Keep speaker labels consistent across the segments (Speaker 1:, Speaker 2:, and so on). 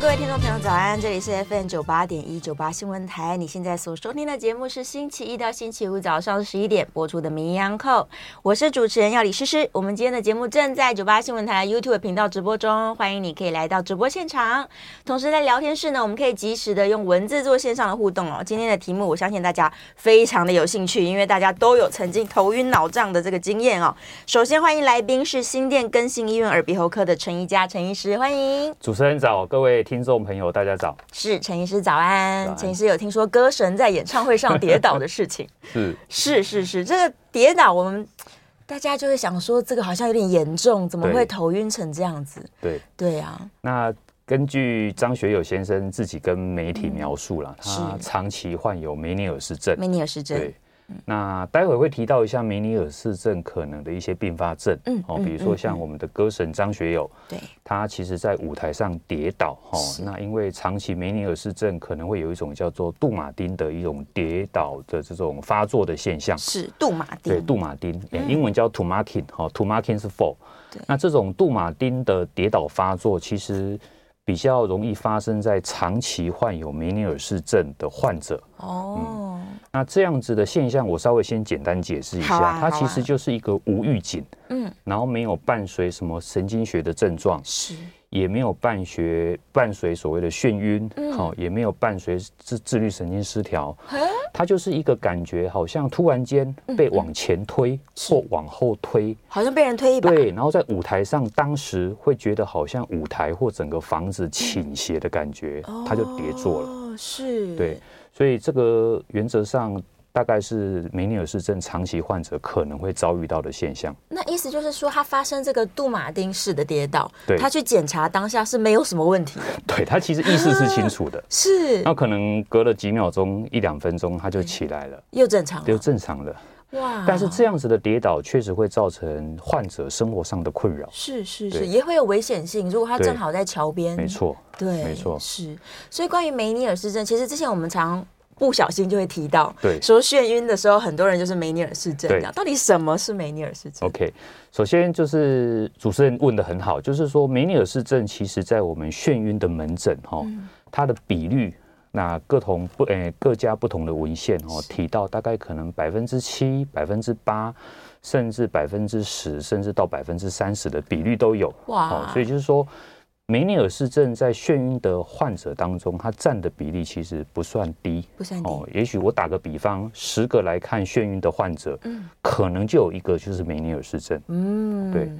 Speaker 1: 各位听众朋友，早安！这里是 FM 九八点一九八新闻台。你现在所收听的节目是星期一到星期五早上十一点播出的《名扬扣》，我是主持人要李诗诗。我们今天的节目正在九八新闻台 YouTube 频道直播中，欢迎你可以来到直播现场。同时在聊天室呢，我们可以及时的用文字做线上的互动哦。今天的题目，我相信大家非常的有兴趣，因为大家都有曾经头晕脑胀的这个经验哦。首先欢迎来宾是新店更新医院耳鼻喉科的陈怡佳陈医师，欢迎。
Speaker 2: 主持人早，各位听众朋友，大家早。
Speaker 1: 是陈医师早安
Speaker 2: 早，安
Speaker 1: 陈医师有听说歌神在演唱会上跌倒的事 情？
Speaker 2: 是
Speaker 1: 是是是，这个跌倒我们大家就会想说，这个好像有点严重，怎么
Speaker 2: 对
Speaker 1: 会头晕成这样子？
Speaker 2: 对。
Speaker 1: 对啊，
Speaker 2: 那根据张学友先生自己跟媒体描述啦，他
Speaker 1: 嗯是
Speaker 2: 长期患有梅尼尔氏症。
Speaker 1: 梅尼尔嗯氏症
Speaker 2: 对，那待会会提到一下梅尼尔氏症可能的一些并发症，
Speaker 1: 嗯
Speaker 2: 哦，
Speaker 1: 嗯
Speaker 2: 比如说像我们的歌神张学友，
Speaker 1: 对
Speaker 2: 他其实在舞台上跌倒，哦，那因为长期梅尼尔氏症可能会有一种叫做杜马丁的一种跌倒的这种发作的现象，
Speaker 1: 是杜马丁，嗯
Speaker 2: 对，杜马丁，也英文叫 t o m a k i n 哈 t o m a k i n 是 for
Speaker 1: 对。
Speaker 2: 那这种杜马丁的跌倒发作，其实比较容易发生在长期患有梅尼尔氏症的患者。
Speaker 1: 哦，
Speaker 2: 那这样子的现象，我稍微先简单解释一下，
Speaker 1: 好啊
Speaker 2: 它
Speaker 1: 好啊
Speaker 2: 其实就是一个无预警，
Speaker 1: 嗯，
Speaker 2: 然后没有伴随什么神经学的症状，
Speaker 1: 是
Speaker 2: 也没有伴随伴随所谓的眩晕，好、也没有伴随自自律神经失调，它就是一个感觉，好像突然间被往前推、或往后推，
Speaker 1: 好像被人推一把，
Speaker 2: 对，然后在舞台上，当时会觉得好像舞台或整个房子倾斜的感觉，它就跌坐了。
Speaker 1: 哦，是，
Speaker 2: 对，，所以这个原则上大概是梅尼尔氏症长期患者可能会遭遇到的现象。
Speaker 1: 那意思就是说，他发生这个杜马丁式的跌倒，
Speaker 2: 对
Speaker 1: 他去检查当下是没有什么问题的，，
Speaker 2: 对，他其实意识是清楚的
Speaker 1: 是
Speaker 2: 那可能隔了几秒钟、一两分钟，他就起来了，
Speaker 1: 又正常
Speaker 2: 就
Speaker 1: 了，
Speaker 2: 正常了。
Speaker 1: 哇
Speaker 2: 但是这样子的跌倒确实会造成患者生活上的困扰。
Speaker 1: 是是
Speaker 2: 对
Speaker 1: 是，也会有危险性。如果他
Speaker 2: 对
Speaker 1: 正好在桥边，
Speaker 2: 没，错，
Speaker 1: 对，
Speaker 2: 没错
Speaker 1: 是。所以关于梅尼尔氏症，其实之前我们常不小心就会提到，
Speaker 2: 对
Speaker 1: 说眩晕的时候，很多人就是梅尼尔氏症
Speaker 2: 对哦
Speaker 1: 这样。到底什么是梅尼尔氏症？
Speaker 2: OK，首先就是主持人问的很好，就是说梅尼尔氏症其实在我们眩晕的门诊哈、哦，它的比率，那各同不诶、各家不同的文献哦提到，大概可能百分之七、百分之八，甚至百分之十，甚至到百分之三十的比率都有。
Speaker 1: 哇
Speaker 2: 哦，所以就是说。梅尼尔氏症在眩晕的患者当中，它占的比例其实不算低，
Speaker 1: 不算低
Speaker 2: 哦。也许我打个比方，十个来看眩晕的患者，嗯，可能就有一个就是梅尼尔氏症。
Speaker 1: 嗯，
Speaker 2: 对，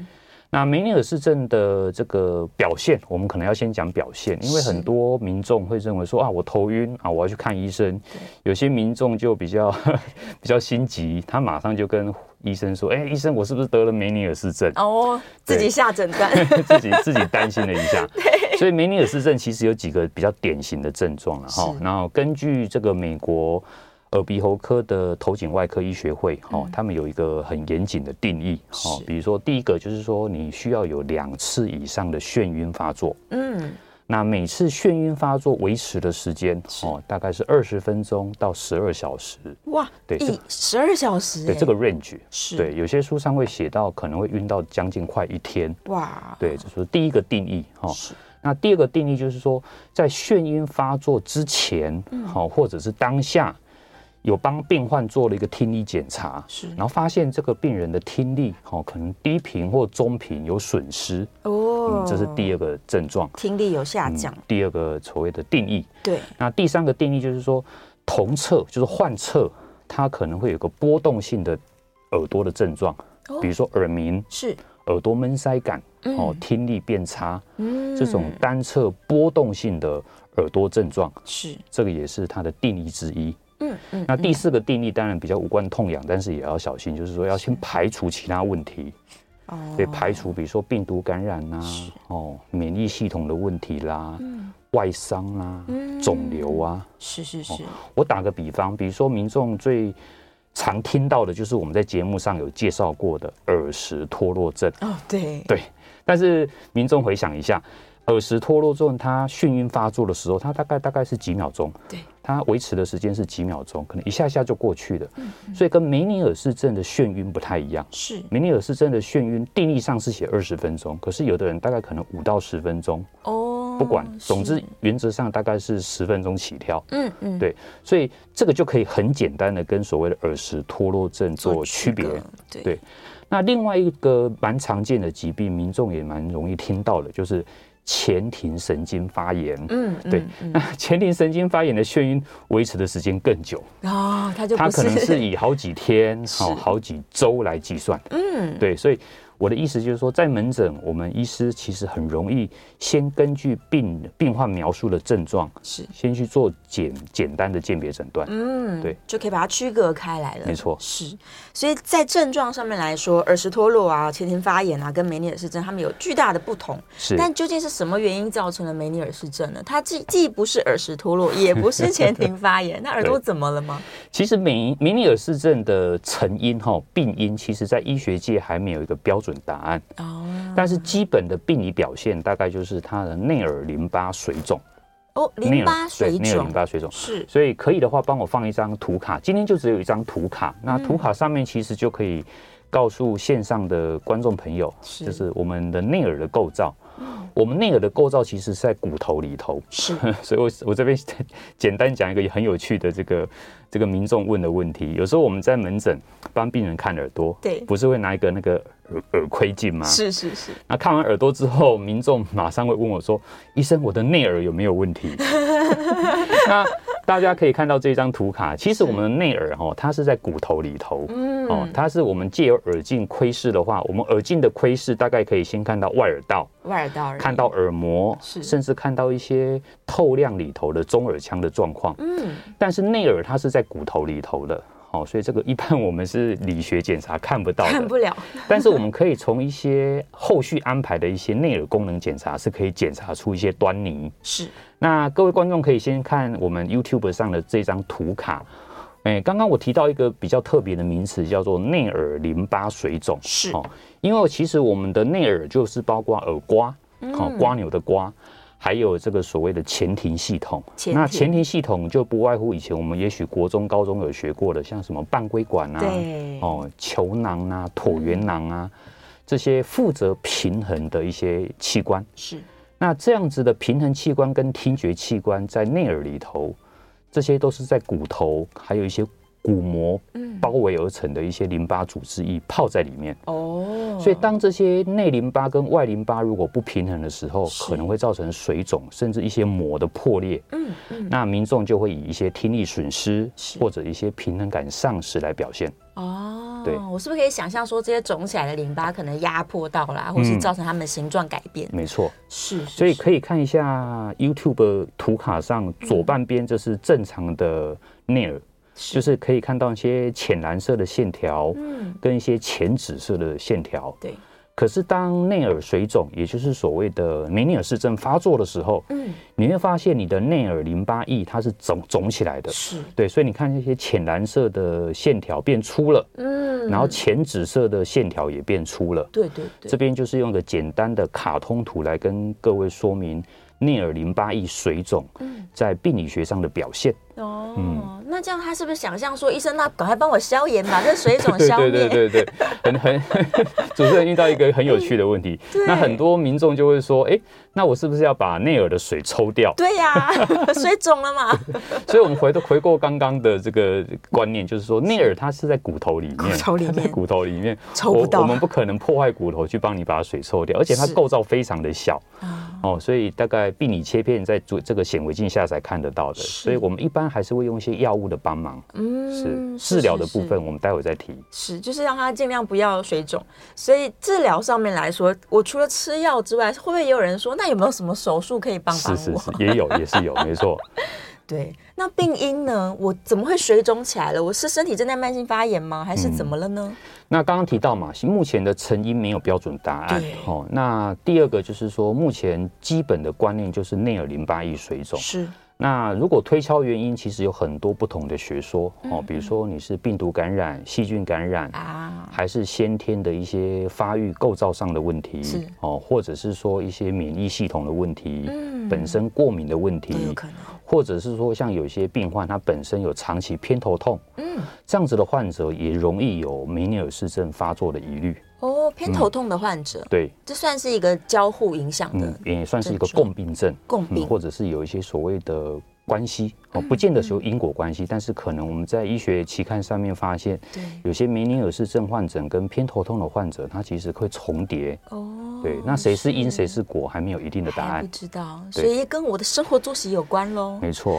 Speaker 2: 那梅尼尔氏症的这个表现，我们可能要先讲表现，因为
Speaker 1: 是
Speaker 2: 很多民众会认为说啊，我头晕啊，我要去看医生。有些民众就比较 比较心急，他马上就跟医生说，哎、医生，我是不是得了梅尼尔氏症？
Speaker 1: 哦，自己
Speaker 2: 对
Speaker 1: 下诊断，
Speaker 2: 自己自己担心了一下。所以梅尼尔氏症其实有几个比较典型的症状了啊哈。
Speaker 1: 是
Speaker 2: 然后根据这个美国耳鼻喉科的头颈外科医学会哈，他们有一个很严谨的定义哈
Speaker 1: 嗯是。
Speaker 2: 比如说第一个就是说你需要有两次以上的眩晕发作。
Speaker 1: 嗯，
Speaker 2: 那每次眩晕发作维持的时间哦，大概是二十分钟到十二小时，
Speaker 1: 哇，
Speaker 2: 对这
Speaker 1: 一
Speaker 2: 个
Speaker 1: 十二小时、欸，
Speaker 2: 对这个 range，
Speaker 1: 是
Speaker 2: 对有些书上会写到可能会晕到将近快一天，
Speaker 1: 哇，
Speaker 2: 对，这是第一个定义哈。
Speaker 1: 是
Speaker 2: 那第二个定义就是说，在眩晕发作之前，
Speaker 1: 嗯
Speaker 2: 好、或者是当下，有帮病患做了一个听力检查，
Speaker 1: 是
Speaker 2: 然后发现这个病人的听力，好、可能低频或中频有损失，
Speaker 1: 哦
Speaker 2: 嗯，这是第二个症状，
Speaker 1: 听力有下
Speaker 2: 嗯
Speaker 1: 降，
Speaker 2: 第二个所谓的定义。
Speaker 1: 对，
Speaker 2: 那第三个定义就是说，同侧就是患侧，它可能会有个波动性的耳朵的症状，
Speaker 1: 哦
Speaker 2: 比如说耳鸣、
Speaker 1: 是，
Speaker 2: 耳朵闷塞感，哦，听力变差。
Speaker 1: 嗯
Speaker 2: 这种单侧波动性的耳朵症状，
Speaker 1: 是，
Speaker 2: 这个也是它的定义之一。
Speaker 1: 嗯嗯，
Speaker 2: 那第四个定义当然比较无关痛痒，但是也要小心，就是说要先排除其他问题，
Speaker 1: 哦
Speaker 2: 对，排除比如说病毒感染啦、哦，免疫系统的问题啦，
Speaker 1: 嗯
Speaker 2: 外伤啦、肿瘤啊。
Speaker 1: 是是是，
Speaker 2: 我打个比方，比如说民众最常听到的就是我们在节目上有介绍过的耳石脱落症。
Speaker 1: 哦，对，
Speaker 2: 对，但是民众回想一下，耳石脱落症它眩晕发作的时候，它大概大概是几秒钟，
Speaker 1: 对，
Speaker 2: 它维持的时间是几秒钟，可能一下下就过去了。
Speaker 1: 嗯
Speaker 2: 所以跟梅尼尔氏症的眩晕不太一样。
Speaker 1: 是
Speaker 2: 梅尼尔氏症的眩晕定义上是写二十分钟，可是有的人大概可能五到十分钟，
Speaker 1: 哦，
Speaker 2: 不管，总之
Speaker 1: 是，
Speaker 2: 原则上大概是十分钟起跳。
Speaker 1: 嗯嗯，
Speaker 2: 对，所以这个就可以很简单的跟所谓的耳石脱落症做区别。
Speaker 1: 隔，对
Speaker 2: 对那另外一个蛮常见的疾病，民众也蛮容易听到的，就是前庭神经发炎。
Speaker 1: 嗯，
Speaker 2: 对，那 前庭神经发炎的眩晕维持的时间更久，
Speaker 1: 哦，他就
Speaker 2: 它
Speaker 1: 不
Speaker 2: 可能是以好 几天、
Speaker 1: 是
Speaker 2: 好好几周来计算。
Speaker 1: 嗯，
Speaker 2: 对，所以我的意思就是说，在门诊，我们医师其实很容易先根据病病患描述的症状，
Speaker 1: 是，
Speaker 2: 先去做简简单的鉴别诊断。
Speaker 1: 嗯，
Speaker 2: 对，
Speaker 1: 就可以把它区隔开来了，
Speaker 2: 没错
Speaker 1: 是。所以在症状上面来说，耳石脱落啊、前庭发炎啊，跟梅尼尔氏症他们有巨大的不同。
Speaker 2: 是，
Speaker 1: 但究竟是什么原因造成了梅尼尔氏症呢？它既既不是耳石脱落，也不是前庭发炎，那耳朵
Speaker 2: 对
Speaker 1: 怎么了吗？
Speaker 2: 其实梅梅尼尔氏症的成因哈病因，其实在医学界还没有一个标准答案，
Speaker 1: 哦
Speaker 2: 但是基本的病理表现大概就是他的内耳淋巴水肿，
Speaker 1: 哦，
Speaker 2: 内
Speaker 1: 淋
Speaker 2: 耳
Speaker 1: 巴
Speaker 2: 对
Speaker 1: 水
Speaker 2: 内耳淋
Speaker 1: 肿
Speaker 2: 巴水肿。
Speaker 1: 是
Speaker 2: 所以可以的话，帮我放一张图卡。今天就只有一张图卡，
Speaker 1: 嗯
Speaker 2: 那图卡上面其实就可以告诉线上的观众朋友，
Speaker 1: 是嗯
Speaker 2: 就是我们的内耳的构造。我们内耳的构造其实是在骨头里头，
Speaker 1: 是
Speaker 2: 所以我我这边简单讲一个很有趣的这个这个民众问的问题。有时候我们在门诊帮病人看耳朵，
Speaker 1: 对
Speaker 2: 不是啊会拿一个那个耳耳窥镜吗？
Speaker 1: 是是是，
Speaker 2: 那看完耳朵之后，民众马上会问我说：“医生，我的内耳有没有问题？” 那大家可以看到这张图卡，其实我们的内耳哦，它是在骨头里头。
Speaker 1: 嗯
Speaker 2: 哦，它是我们借由耳镜窥视的话，我们耳镜的窥视大概可以先看到外耳道，
Speaker 1: 外耳道而已
Speaker 2: 看到耳膜，
Speaker 1: 是
Speaker 2: 甚至看到一些透亮里头的中耳腔的状况。
Speaker 1: 嗯
Speaker 2: 但是内耳它是在骨头里头的，哦，所以这个一般我们是理学检查看不到的，
Speaker 1: 看不了
Speaker 2: 但是我们可以从一些后续安排的一些内耳功能检查，是可以检查出一些端倪。
Speaker 1: 是
Speaker 2: 那各位观众可以先看我们 YouTube 上的这张图卡。哎，刚刚我提到一个比较特别的名词，叫做内耳淋巴水肿。
Speaker 1: 是
Speaker 2: 哦，因为其实我们的内耳就是包括耳瓜，
Speaker 1: 嗯
Speaker 2: 哦，瓜牛的瓜，还有这个所谓的前庭系统。
Speaker 1: 前
Speaker 2: 那
Speaker 1: 庭
Speaker 2: 前庭系统就不外乎以前我们也许国中、高中有学过的，像什么半规管啊，
Speaker 1: 对
Speaker 2: 哦，球囊啊、椭圆囊啊，这些负责平衡的一些器官。
Speaker 1: 是
Speaker 2: 那这样子的平衡器官跟听觉器官在内耳里头，这些都是在骨头还有一些骨膜
Speaker 1: 嗯
Speaker 2: 包围而成的一些淋巴组织液泡在里面。
Speaker 1: 哦，
Speaker 2: 所以，当这些内淋巴跟外淋巴如果不平衡的时候，
Speaker 1: 是
Speaker 2: 可能会造成水肿，甚至一些膜的破裂。
Speaker 1: 嗯嗯
Speaker 2: 那民众就会以一些听力损失
Speaker 1: 是
Speaker 2: 或者一些平衡感丧失来表现。
Speaker 1: 哦，
Speaker 2: 对
Speaker 1: 我是不是可以想象说这些肿起来的淋巴可能压迫到啦，或是
Speaker 2: 嗯
Speaker 1: 造成它们形状改变？
Speaker 2: 没错，
Speaker 1: 是，
Speaker 2: 所以
Speaker 1: 是
Speaker 2: 可以看一下 YouTube 图卡上
Speaker 1: 嗯
Speaker 2: 左半边，这是正常的内耳，
Speaker 1: 是
Speaker 2: 就是可以看到一些浅蓝色的线条，
Speaker 1: 嗯
Speaker 2: 跟一些浅紫色的线条。
Speaker 1: 对，
Speaker 2: 可是当内耳水肿，也就是所谓的梅尼尔氏症发作的时候，
Speaker 1: 嗯
Speaker 2: 你会发现你的内耳淋巴液它是肿肿起来的。
Speaker 1: 是
Speaker 2: 对，所以你看这些浅蓝色的线条变粗了，
Speaker 1: 嗯，
Speaker 2: 然后浅紫色的线条也变粗了。
Speaker 1: 对对对
Speaker 2: 这边就是用一个简单的卡通图来跟各位说明内耳淋巴液水肿
Speaker 1: 嗯
Speaker 2: 在病理学上的表现。
Speaker 1: 哦、
Speaker 2: 嗯
Speaker 1: 那这样他是不是想象说医生那赶快帮我消炎， 把这水肿消
Speaker 2: 对
Speaker 1: 灭？
Speaker 2: 对对对对，很很 主持人遇到一个很有趣的问题，
Speaker 1: 对
Speaker 2: 那很多民众就会说，哎，那我是不是要把内耳的水抽掉？
Speaker 1: 对 呀、水肿了嘛，
Speaker 2: 所以我们回头回过刚刚的这个观念，就是说内耳它是在骨头里面，
Speaker 1: 骨头里面
Speaker 2: 它在骨头里面，
Speaker 1: 抽不到
Speaker 2: 我。我们不可能破坏骨头去帮你把水抽掉，而且它
Speaker 1: 是啊
Speaker 2: 构造非常的小，哦，所以大概病理切片在做这个显微镜下才看得到的，所以我们一般还是会用一些药物的帮忙，
Speaker 1: 嗯
Speaker 2: 是治疗的
Speaker 1: 是
Speaker 2: 部分，哦我们待会再提。
Speaker 1: 是，就是让他尽量不要水肿。所以治疗上面来说，我除了吃药之外，会不会也有人说，那有没有什么手术可以帮帮
Speaker 2: 是
Speaker 1: 我？
Speaker 2: 是是，也有也是有，没错。
Speaker 1: 对，那病因呢？我怎么会水肿起来了？我是身体正在慢性发炎吗？还是怎么了呢？
Speaker 2: 那刚刚提到嘛，目前的成因没有标准答案
Speaker 1: 对。
Speaker 2: 哦，那第二个就是说，目前基本的观念就是内耳淋巴液水肿。
Speaker 1: 是
Speaker 2: 那如果推敲原因，其实有很多不同的学说哦，比如说你是病毒感染、细菌感染，
Speaker 1: 嗯啊，
Speaker 2: 还是先天的一些发育构造上的问题
Speaker 1: 是，
Speaker 2: 哦，或者是说一些免疫系统的问题，本身过敏的问题，
Speaker 1: 嗯都有可能。
Speaker 2: 或者是说像有些病患他本身有长期偏头痛，
Speaker 1: 嗯，
Speaker 2: 这样子的患者也容易有梅尼尔氏症发作的疑虑。
Speaker 1: 哦，偏
Speaker 2: 嗯
Speaker 1: 头痛的患者，
Speaker 2: 对，
Speaker 1: 这算是一个交互影响
Speaker 2: 嗯
Speaker 1: 的，
Speaker 2: 也算是一个
Speaker 1: 症状
Speaker 2: 共病症。
Speaker 1: 共
Speaker 2: 嗯，
Speaker 1: 病。嗯
Speaker 2: 或者是有一些所谓的关系哦，不见得是有因果关系，但是可能我们在医学期刊上面发现，
Speaker 1: 对，
Speaker 2: 有些梅尼尔氏症患者跟偏头痛的患者，他其实会重叠。
Speaker 1: 哦，
Speaker 2: 对，那谁是因谁是果，还没有一定的答
Speaker 1: 还不
Speaker 2: 案。
Speaker 1: 知道，所
Speaker 2: 对
Speaker 1: 以跟我的生活作息有关喽。
Speaker 2: 没错，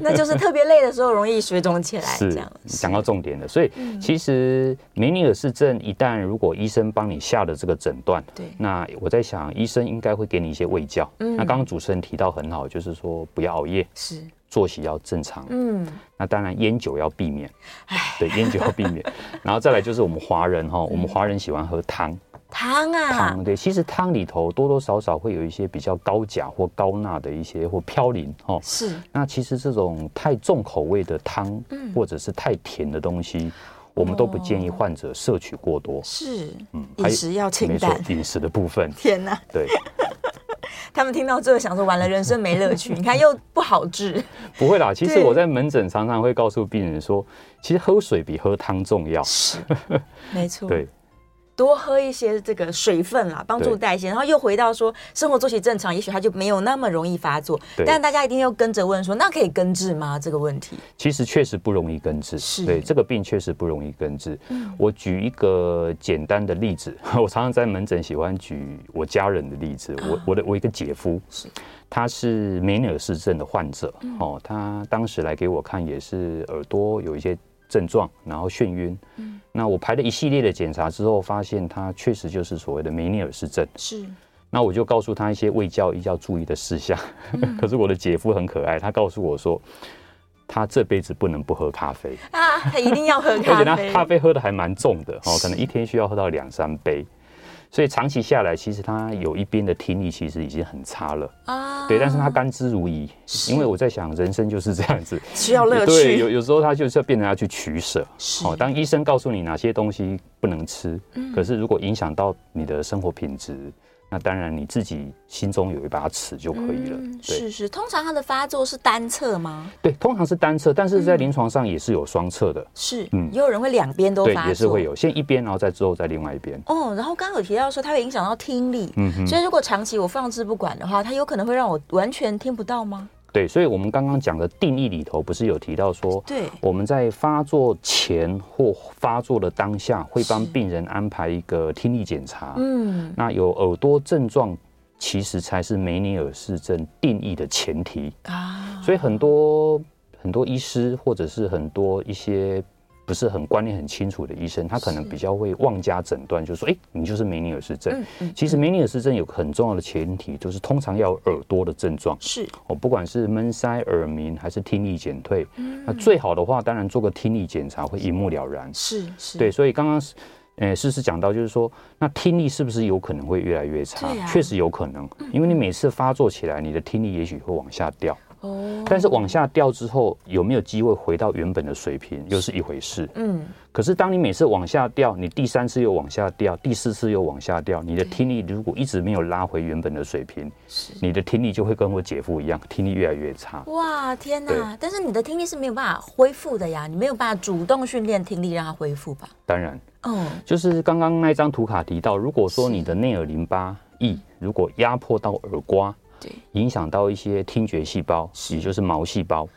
Speaker 1: 那就是特别累的时候容易水肿起来，这
Speaker 2: 嗯是
Speaker 1: 样。嗯
Speaker 2: 讲到重点了。所以其实梅尼尔氏症一旦如果医生帮你下了这个诊断，
Speaker 1: 对，
Speaker 2: 那我在想医生应该会给你一些卫教。
Speaker 1: 嗯
Speaker 2: 那刚刚主持人提到很好，就是说不要熬夜，
Speaker 1: 是，
Speaker 2: 作息要正常，
Speaker 1: 嗯，
Speaker 2: 那当然烟酒要避免。
Speaker 1: 哎，
Speaker 2: 对，烟酒要避 免。然后再来就是我们华人哈，我们华人喜欢喝汤，
Speaker 1: 汤嗯啊
Speaker 2: 汤，对，其实汤里头多多少少会有一些比较高钾或高钠的一些或嘌呤哈。
Speaker 1: 是
Speaker 2: 那其实这种太重口味的汤，
Speaker 1: 嗯
Speaker 2: 或者是太甜的东西，我们都不建议患者摄取过多。嗯
Speaker 1: 是，
Speaker 2: 还
Speaker 1: 哦饮
Speaker 2: 有
Speaker 1: 食要
Speaker 2: 没
Speaker 1: 清
Speaker 2: 错
Speaker 1: 淡。，
Speaker 2: 饮食的部分，
Speaker 1: 天哪，
Speaker 2: 对，
Speaker 1: 他们听到这个想说，完了，人生没 乐趣。你看又不好治，
Speaker 2: 不会啦。其实
Speaker 1: 对
Speaker 2: 我在门诊常常会告诉病人说，其实喝水比喝汤重要。
Speaker 1: 是， 没错，
Speaker 2: 对，
Speaker 1: 多喝一些这个水分啦，帮助
Speaker 2: 对
Speaker 1: 代谢。然后又回到说生活作息正常，也许它就没有那么容易发作。
Speaker 2: 对
Speaker 1: 但大家一定要跟着问说，那可以根治吗？这个问题
Speaker 2: 其实确实不容易根治，
Speaker 1: 是
Speaker 2: 对这个病确实不容易根治。我举一个简单的例子， 我常常在门诊喜欢举我家人的例子。我我的我一个姐夫，他是梅尼尔氏症的患者、哦，他当时来给我看也是耳朵有一些症状，然后眩晕。那我排了一系列的检查之后，发现他确实就是所谓的梅尼尔氏症。
Speaker 1: 是
Speaker 2: 那我就告诉他一些卫教医要注意的事项。
Speaker 1: 嗯
Speaker 2: 可是我的姐夫很可爱，他告诉我说，他这辈子不能不喝咖啡，
Speaker 1: 啊，他一定要喝
Speaker 2: 而且
Speaker 1: 咖
Speaker 2: 他
Speaker 1: 啡。
Speaker 2: 咖啡喝的还蛮重的哦，可能一天需要喝到两三杯。所以长期下来，其实他有一边的听力其实已经很差了，
Speaker 1: 啊
Speaker 2: 对，但是他甘之如饴，因为我在想人生就是这样子，
Speaker 1: 需要乐
Speaker 2: 对，有
Speaker 1: 趣，
Speaker 2: 有时候他就是要变成要去取舍，
Speaker 1: 是嗯
Speaker 2: 哦，当医生告诉你哪些东西不能吃，可是如果影响到你的生活品质，那当然你自己心中有一把尺就可以了。
Speaker 1: 嗯
Speaker 2: 对嗯
Speaker 1: 是是，通常它的发作是单侧吗？
Speaker 2: 对，通常是单侧，但是在临床上也是有双侧的，
Speaker 1: 是，
Speaker 2: 嗯
Speaker 1: 也有人会两边都
Speaker 2: 对
Speaker 1: 发，作，
Speaker 2: 也是会。有，先一边，然后再之后再另外一边。
Speaker 1: 哦，然后刚刚有提到说它会影响到听力，
Speaker 2: 嗯哼
Speaker 1: 所以如果长期我放置不管的话，它有可能会让我完全听不到吗？
Speaker 2: 对，所以我们刚刚讲的定义里头，不是有提到说，
Speaker 1: 对，
Speaker 2: 我们在发作前或发作的当下，会帮
Speaker 1: 是
Speaker 2: 病人安排一个听力检查。
Speaker 1: 嗯，
Speaker 2: 那有耳朵症状，其实才是梅尼尔氏症定义的前提。
Speaker 1: 啊，
Speaker 2: 所以很多很多医师或者是很多一些不是很观念很清楚的医生，他可能
Speaker 1: 是
Speaker 2: 比较会妄加诊断，就说：“哎、你就是梅尼尔氏症。
Speaker 1: 嗯嗯，
Speaker 2: 其实梅尼尔氏症有个很重要的前提，就是通常要有耳朵的症状
Speaker 1: 是
Speaker 2: 哦，不管是闷塞、耳鸣还是听力减退。
Speaker 1: 嗯
Speaker 2: 那最好的话，当然做个听力检查会一目了然。
Speaker 1: 是是，
Speaker 2: 对，，所以刚刚是，呃，诗诗讲到，就是说，那听力是不是有可能会越来越差
Speaker 1: 对啊？嗯
Speaker 2: 确、实有可能，因为你每次发作起来，你的听力也许会往下掉，
Speaker 1: 哦，
Speaker 2: 但是往下掉之后，有没有机会回到原本的水平，又是一回事。
Speaker 1: 嗯，
Speaker 2: 可是当你每次往下掉，你第三次又往下掉，第四次又往下掉，你的
Speaker 1: 对
Speaker 2: 听力如果一直没有拉回原本的水平，
Speaker 1: 是。
Speaker 2: 你的听力就会跟我姐夫一样，听力越来越差。
Speaker 1: 哇，天哪
Speaker 2: 对！
Speaker 1: 但是你的听力是没有办法恢复的呀，你没有办法主动训练听力让它恢复吧？
Speaker 2: 当然，
Speaker 1: 哦，
Speaker 2: 就是刚刚那张图卡提到，如果说你的内耳淋巴液如果压迫到耳瓜，
Speaker 1: 对，
Speaker 2: 影响到一些听觉细胞，也就是毛细
Speaker 1: 哦
Speaker 2: 胞，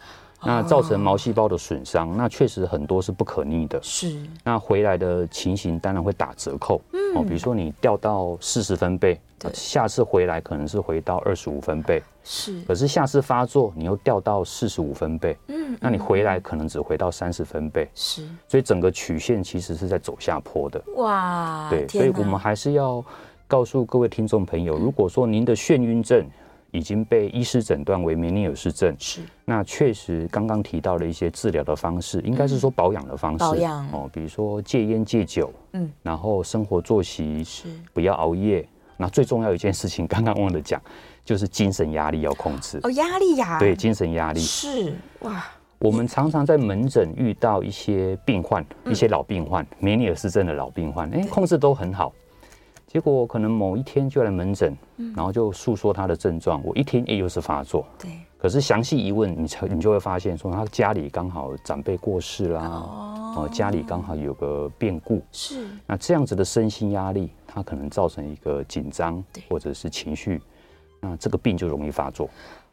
Speaker 2: 那造成毛细胞的损伤，那确实很多是不可逆的。
Speaker 1: 是
Speaker 2: 那回来的情形当然会打折扣，哦，比如说你掉到四十分贝，
Speaker 1: 嗯对
Speaker 2: 下次回来可能是回到二十五分贝，
Speaker 1: 是，
Speaker 2: 可是下次发作你又掉到四十五分贝，
Speaker 1: 嗯，
Speaker 2: 那你回来可能只回到三十分贝，
Speaker 1: 是
Speaker 2: 所以整个曲线其实是在走下坡的。
Speaker 1: 哇，
Speaker 2: 对，所
Speaker 1: 啊天
Speaker 2: 以
Speaker 1: 哪嗯
Speaker 2: 我们还是要告诉各位听众朋友，如果说您的眩晕症已经被医师诊断为梅尼尔氏症，
Speaker 1: 是
Speaker 2: 那确实刚刚提到了一些治疗的方式，应该是说保养的方式，
Speaker 1: 保养
Speaker 2: 哦，比如说戒烟戒酒，
Speaker 1: 嗯，
Speaker 2: 然后生活作息
Speaker 1: 是
Speaker 2: 不要熬夜，那最重要一件事情，刚刚忘了讲，就是精神压力要控制。
Speaker 1: 哦，压力呀，
Speaker 2: 对，精神压力，
Speaker 1: 是哇，
Speaker 2: 我们常常在门诊遇到
Speaker 1: 嗯
Speaker 2: 一些病患，一些老病患，梅尼尔氏症的老病患，哎、控制都很好。结果可能某一天就来门诊，
Speaker 1: 嗯
Speaker 2: 然后就诉说他的症状，我一听，哎，又是发作。
Speaker 1: 对，
Speaker 2: 可是详细一问，你才你就会发现，说他家里刚好长辈过世啦，哦，家里刚好有个变故，
Speaker 1: 是
Speaker 2: 那这样子的身心压力，它可能造成一个紧张
Speaker 1: 对
Speaker 2: 或者是情绪，那这个病就容易发作，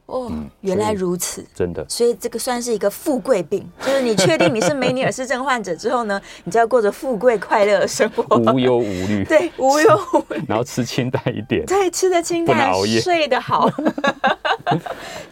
Speaker 1: 哦，
Speaker 2: 嗯所
Speaker 1: 原
Speaker 2: 以
Speaker 1: 来如此。
Speaker 2: 真 的。
Speaker 1: 所以这个算是一个富贵病， 就是你确定你是梅尼尔氏症患者之后呢， 你就要过着富贵快乐的生活，
Speaker 2: 无忧无虑，
Speaker 1: 对，无忧无虑
Speaker 2: 然后吃清淡一点，
Speaker 1: 对，吃得清
Speaker 2: 不能
Speaker 1: 淡
Speaker 2: 熬，夜
Speaker 1: 睡得 好，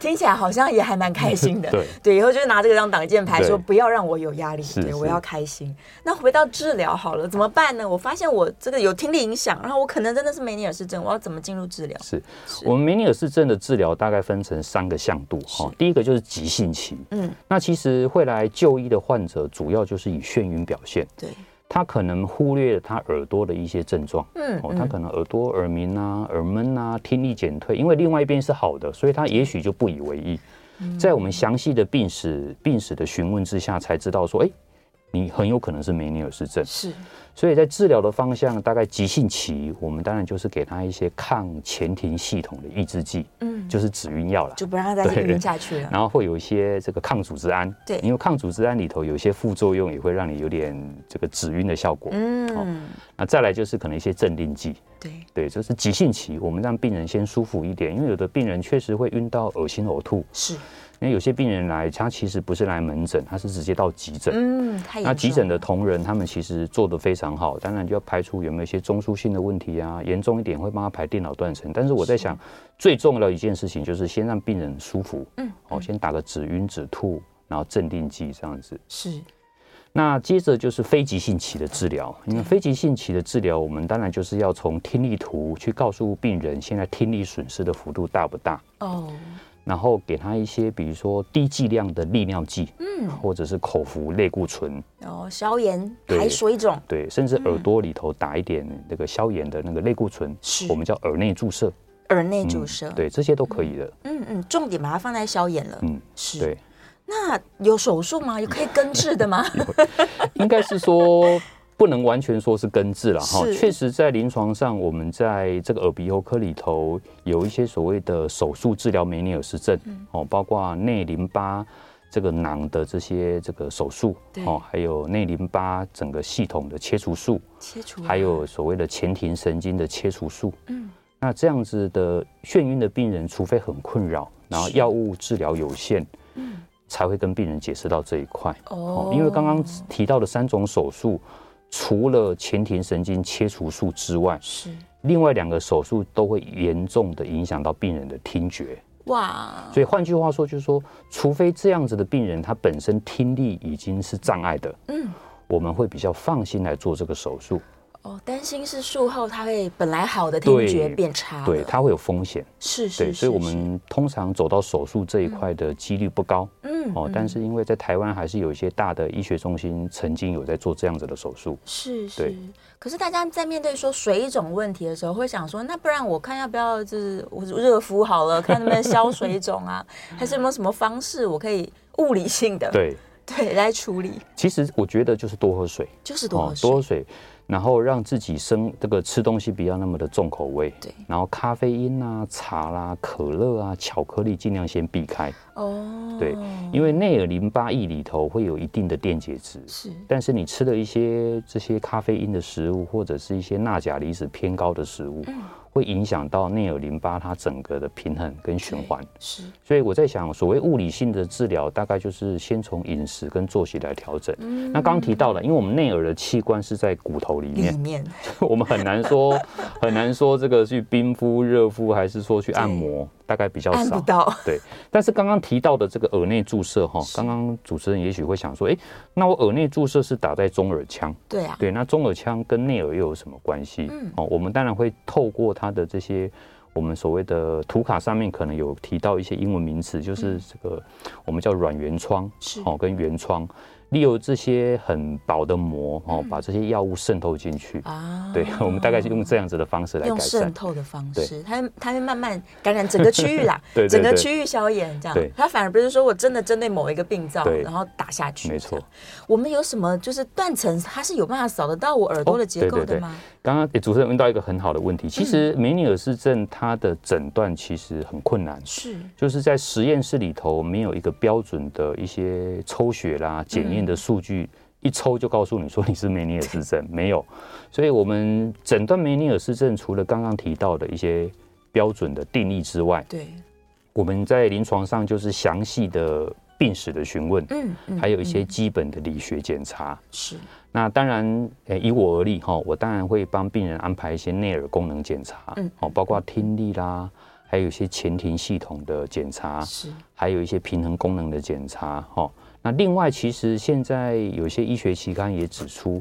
Speaker 1: 听起来好像也还蛮开心的。
Speaker 2: 对
Speaker 1: 以后就拿这个当挡箭牌，
Speaker 2: 对
Speaker 1: 说不要让我有压力，
Speaker 2: 是
Speaker 1: 对
Speaker 2: 是
Speaker 1: 我要开心。那回到治疗好了，怎么办呢？我发现我这个有听力影响，然后我可能真的是梅尼尔氏症，我要怎么进入治疗？
Speaker 2: 是我们梅尼尔氏症的治疗大概分成三个向度哈、第一个就是急性期，
Speaker 1: 嗯
Speaker 2: 嗯，那其实会来就医的患者主要就是以眩晕表现，
Speaker 1: 对，
Speaker 2: 他可能忽略了他耳朵的一些症状，
Speaker 1: 嗯
Speaker 2: 哦，他可能耳朵耳鸣啊、耳闷啊、听力减退，因为另外一边是好的，所以他也许就不以为意。在我们详细的病史、病史的询问之下，才知道说，哎、你很有可能是梅尼尔氏症。
Speaker 1: 是
Speaker 2: 所以在治疗的方向，大概急性期，我们当然就是给他一些抗前庭系统的抑制剂，
Speaker 1: 嗯
Speaker 2: 就是止晕药啦。
Speaker 1: 就不让它再
Speaker 2: 对
Speaker 1: 晕下去了。
Speaker 2: 然后会有一些这个抗组织胺，
Speaker 1: 对
Speaker 2: 因为抗组织胺里头有一些副作用，也会让你有点这个止晕的效果。哦
Speaker 1: 嗯，
Speaker 2: 那再来就是可能一些镇定剂，
Speaker 1: 对，
Speaker 2: 对，就是急性期，我们让病人先舒服一点，因为有的病人确实会晕到恶心呕吐，
Speaker 1: 是，
Speaker 2: 那有些病人来，他其实不是来门诊，他是直接到急诊。
Speaker 1: 嗯，太严重
Speaker 2: 那
Speaker 1: 了
Speaker 2: 急诊的同仁他们其实做得非常好，当然就要排除有没有一些中枢性的问题啊，严重一点会帮他排电脑断层。但是我在想，最重要的一件事情就是先让病人舒服，嗯，哦，先打个止晕止吐，然后镇定剂这样子。
Speaker 1: 是
Speaker 2: 那接着就是非急性期的治疗，因为非急性期的治疗，我们当然就是要从听力图去告诉病人现在听力损失的幅度大不大，
Speaker 1: 哦，
Speaker 2: 然后给他一些比如说低剂量的利尿剂，嗯，或者是口服类固醇，
Speaker 1: 然后消炎
Speaker 2: 对
Speaker 1: 排水肿，
Speaker 2: 对，
Speaker 1: 嗯
Speaker 2: 甚至耳朵里头打一点那个消炎的那个类固醇，
Speaker 1: 是
Speaker 2: 我们叫耳内注射，
Speaker 1: 耳内
Speaker 2: 嗯
Speaker 1: 注射，
Speaker 2: 对，这些都可以的，
Speaker 1: 嗯嗯，重点把它放在消炎了。
Speaker 2: 嗯，
Speaker 1: 是。
Speaker 2: 对，
Speaker 1: 那有手术吗？有可以根治的吗？
Speaker 2: 应该是说。不能完全说是根治了哈，
Speaker 1: 是
Speaker 2: 确实在临床上，我们在这个耳鼻喉科里头有一些所谓的手术治疗梅尼尔氏症
Speaker 1: 嗯
Speaker 2: 哦，包括内淋巴这个囊的这些这个手术
Speaker 1: 对
Speaker 2: 哦，还有内淋巴整个系统的切除术，
Speaker 1: 切除
Speaker 2: 还有所谓的前庭神经的切除术。嗯，那这样子的眩晕的病人，除非很困扰，然后药物治疗有限，嗯，才会跟病人解释到这一块。
Speaker 1: 哦
Speaker 2: 因为刚刚提到的三种手术，除了前庭神经切除术之外，
Speaker 1: 是
Speaker 2: 另外两个手术都会严重的影响到病人的听觉。
Speaker 1: 哇，
Speaker 2: 所以换句话说，就是说，除非这样子的病人他本身听力已经是障碍的，嗯，我们会比较放心来做这个手术。
Speaker 1: 哦，担心是术后他会本来好的听觉
Speaker 2: 对
Speaker 1: 变差了，
Speaker 2: 对，它会有风险。
Speaker 1: 是是
Speaker 2: 对，
Speaker 1: 是，
Speaker 2: 所以我
Speaker 1: 是
Speaker 2: 们通常走到手术这一块的几率不高。
Speaker 1: 嗯
Speaker 2: 哦，但是因为在台湾还是有一些大的医学中心曾经有在做这样子的手术。
Speaker 1: 是是
Speaker 2: 对。
Speaker 1: 可是大家在面对说水肿问题的时候，会想说，那不然我看要不要就是我热敷好了，看能不能 消水肿啊，还是有没有什么方式我可以物理性的
Speaker 2: 对，
Speaker 1: 对来处理？
Speaker 2: 其实我觉得就是多喝水，哦
Speaker 1: 就是多喝水，
Speaker 2: 多喝水，然后让自己生这个吃东西不要那么的重口味。
Speaker 1: 对
Speaker 2: 然后咖啡因啊、茶啦、可乐啊、巧克力尽量先避开。
Speaker 1: 哦，
Speaker 2: 对，因为内耳淋巴液里头会有一定的电解质。
Speaker 1: 是
Speaker 2: 但是你吃了一些这些咖啡因的食物，或者是一些钠钾离子偏高的食
Speaker 1: 嗯
Speaker 2: 物，会影响到内耳淋巴它整个的平衡跟循环。
Speaker 1: 是
Speaker 2: 所以我在想，所谓物理性的治疗，大概就是先从饮食跟作息来调整。
Speaker 1: 嗯
Speaker 2: 那刚刚提到了，因为我们内耳的器官是在骨头里
Speaker 1: 里
Speaker 2: 面，
Speaker 1: 面
Speaker 2: 我们很难说很难说这个去冰敷、热敷，还是说去按摩，大概比较
Speaker 1: 按
Speaker 2: 少
Speaker 1: 不。到，
Speaker 2: 对，但是刚刚提到的这个耳内注射哈，刚刚主持人也许会想说，诶，那我耳内注射是打在中耳腔，
Speaker 1: 对啊，
Speaker 2: 对，那中耳腔跟内耳又有什么关系？
Speaker 1: 嗯
Speaker 2: 哦，我们当然会透过它的这些我们所谓的图卡上面可能有提到一些英文名词，就是这个我们叫软圆窗，
Speaker 1: 嗯是
Speaker 2: 哦，跟圆窗。利由这些很薄的膜哦，把这些药物渗透进去。
Speaker 1: 嗯啊，
Speaker 2: 对，我们大概是用这样子的方式来
Speaker 1: 用
Speaker 2: 改
Speaker 1: 渗
Speaker 2: 善。
Speaker 1: 透的方
Speaker 2: 对
Speaker 1: 式，它它会慢慢感染整个区域啦，
Speaker 2: 对对
Speaker 1: 整个
Speaker 2: 对
Speaker 1: 区域消炎这
Speaker 2: 对
Speaker 1: 样。它反而不是说我真的针对某一个病灶，
Speaker 2: 对
Speaker 1: 然后打下去。
Speaker 2: 没
Speaker 1: 这
Speaker 2: 错
Speaker 1: 样。我们有什么就是断层，它是有办法扫得到我耳朵的结构
Speaker 2: 哦对对
Speaker 1: 的
Speaker 2: 对
Speaker 1: 吗？
Speaker 2: 刚刚诶主持人问到一个很好的问题，其实梅尼尔氏症它的诊断其实很困难，
Speaker 1: 是，
Speaker 2: 就是在实验室里头没有一个标准的一些抽血啦、检验的数据，一抽就告诉你说你是梅尼尔氏症，没有。所以我们诊断梅尼尔氏症，除了刚刚提到的一些标准的定义之外，
Speaker 1: 对，
Speaker 2: 我们在临床上就是详细的病史的询问，
Speaker 1: 嗯，嗯
Speaker 2: 还有一些
Speaker 1: 嗯
Speaker 2: 基本的理学检查。
Speaker 1: 是
Speaker 2: 那当然，呃，以我而立哈，我当然会帮病人安排一些内耳功能检查
Speaker 1: 嗯，
Speaker 2: 哦，包括听力啦，还有一些前庭系统的检查，
Speaker 1: 是，
Speaker 2: 还有一些平衡功能的检查哈。那另外，其实现在有些医学期刊也指出，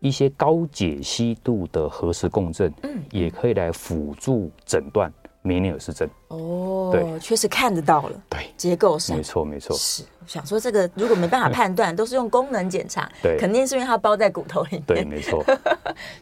Speaker 2: 一些高解析度的核磁共振
Speaker 1: 嗯，
Speaker 2: 也可以来辅助诊断梅尼尔氏症。
Speaker 1: 哦，
Speaker 2: 对
Speaker 1: 确实看得到了
Speaker 2: 对，
Speaker 1: 结构上
Speaker 2: 没。错，没错，
Speaker 1: 是，我想说这个如果没办法判断，都是用功能检查，
Speaker 2: 对
Speaker 1: 肯定是因为它包在骨头里面。
Speaker 2: 对，没错。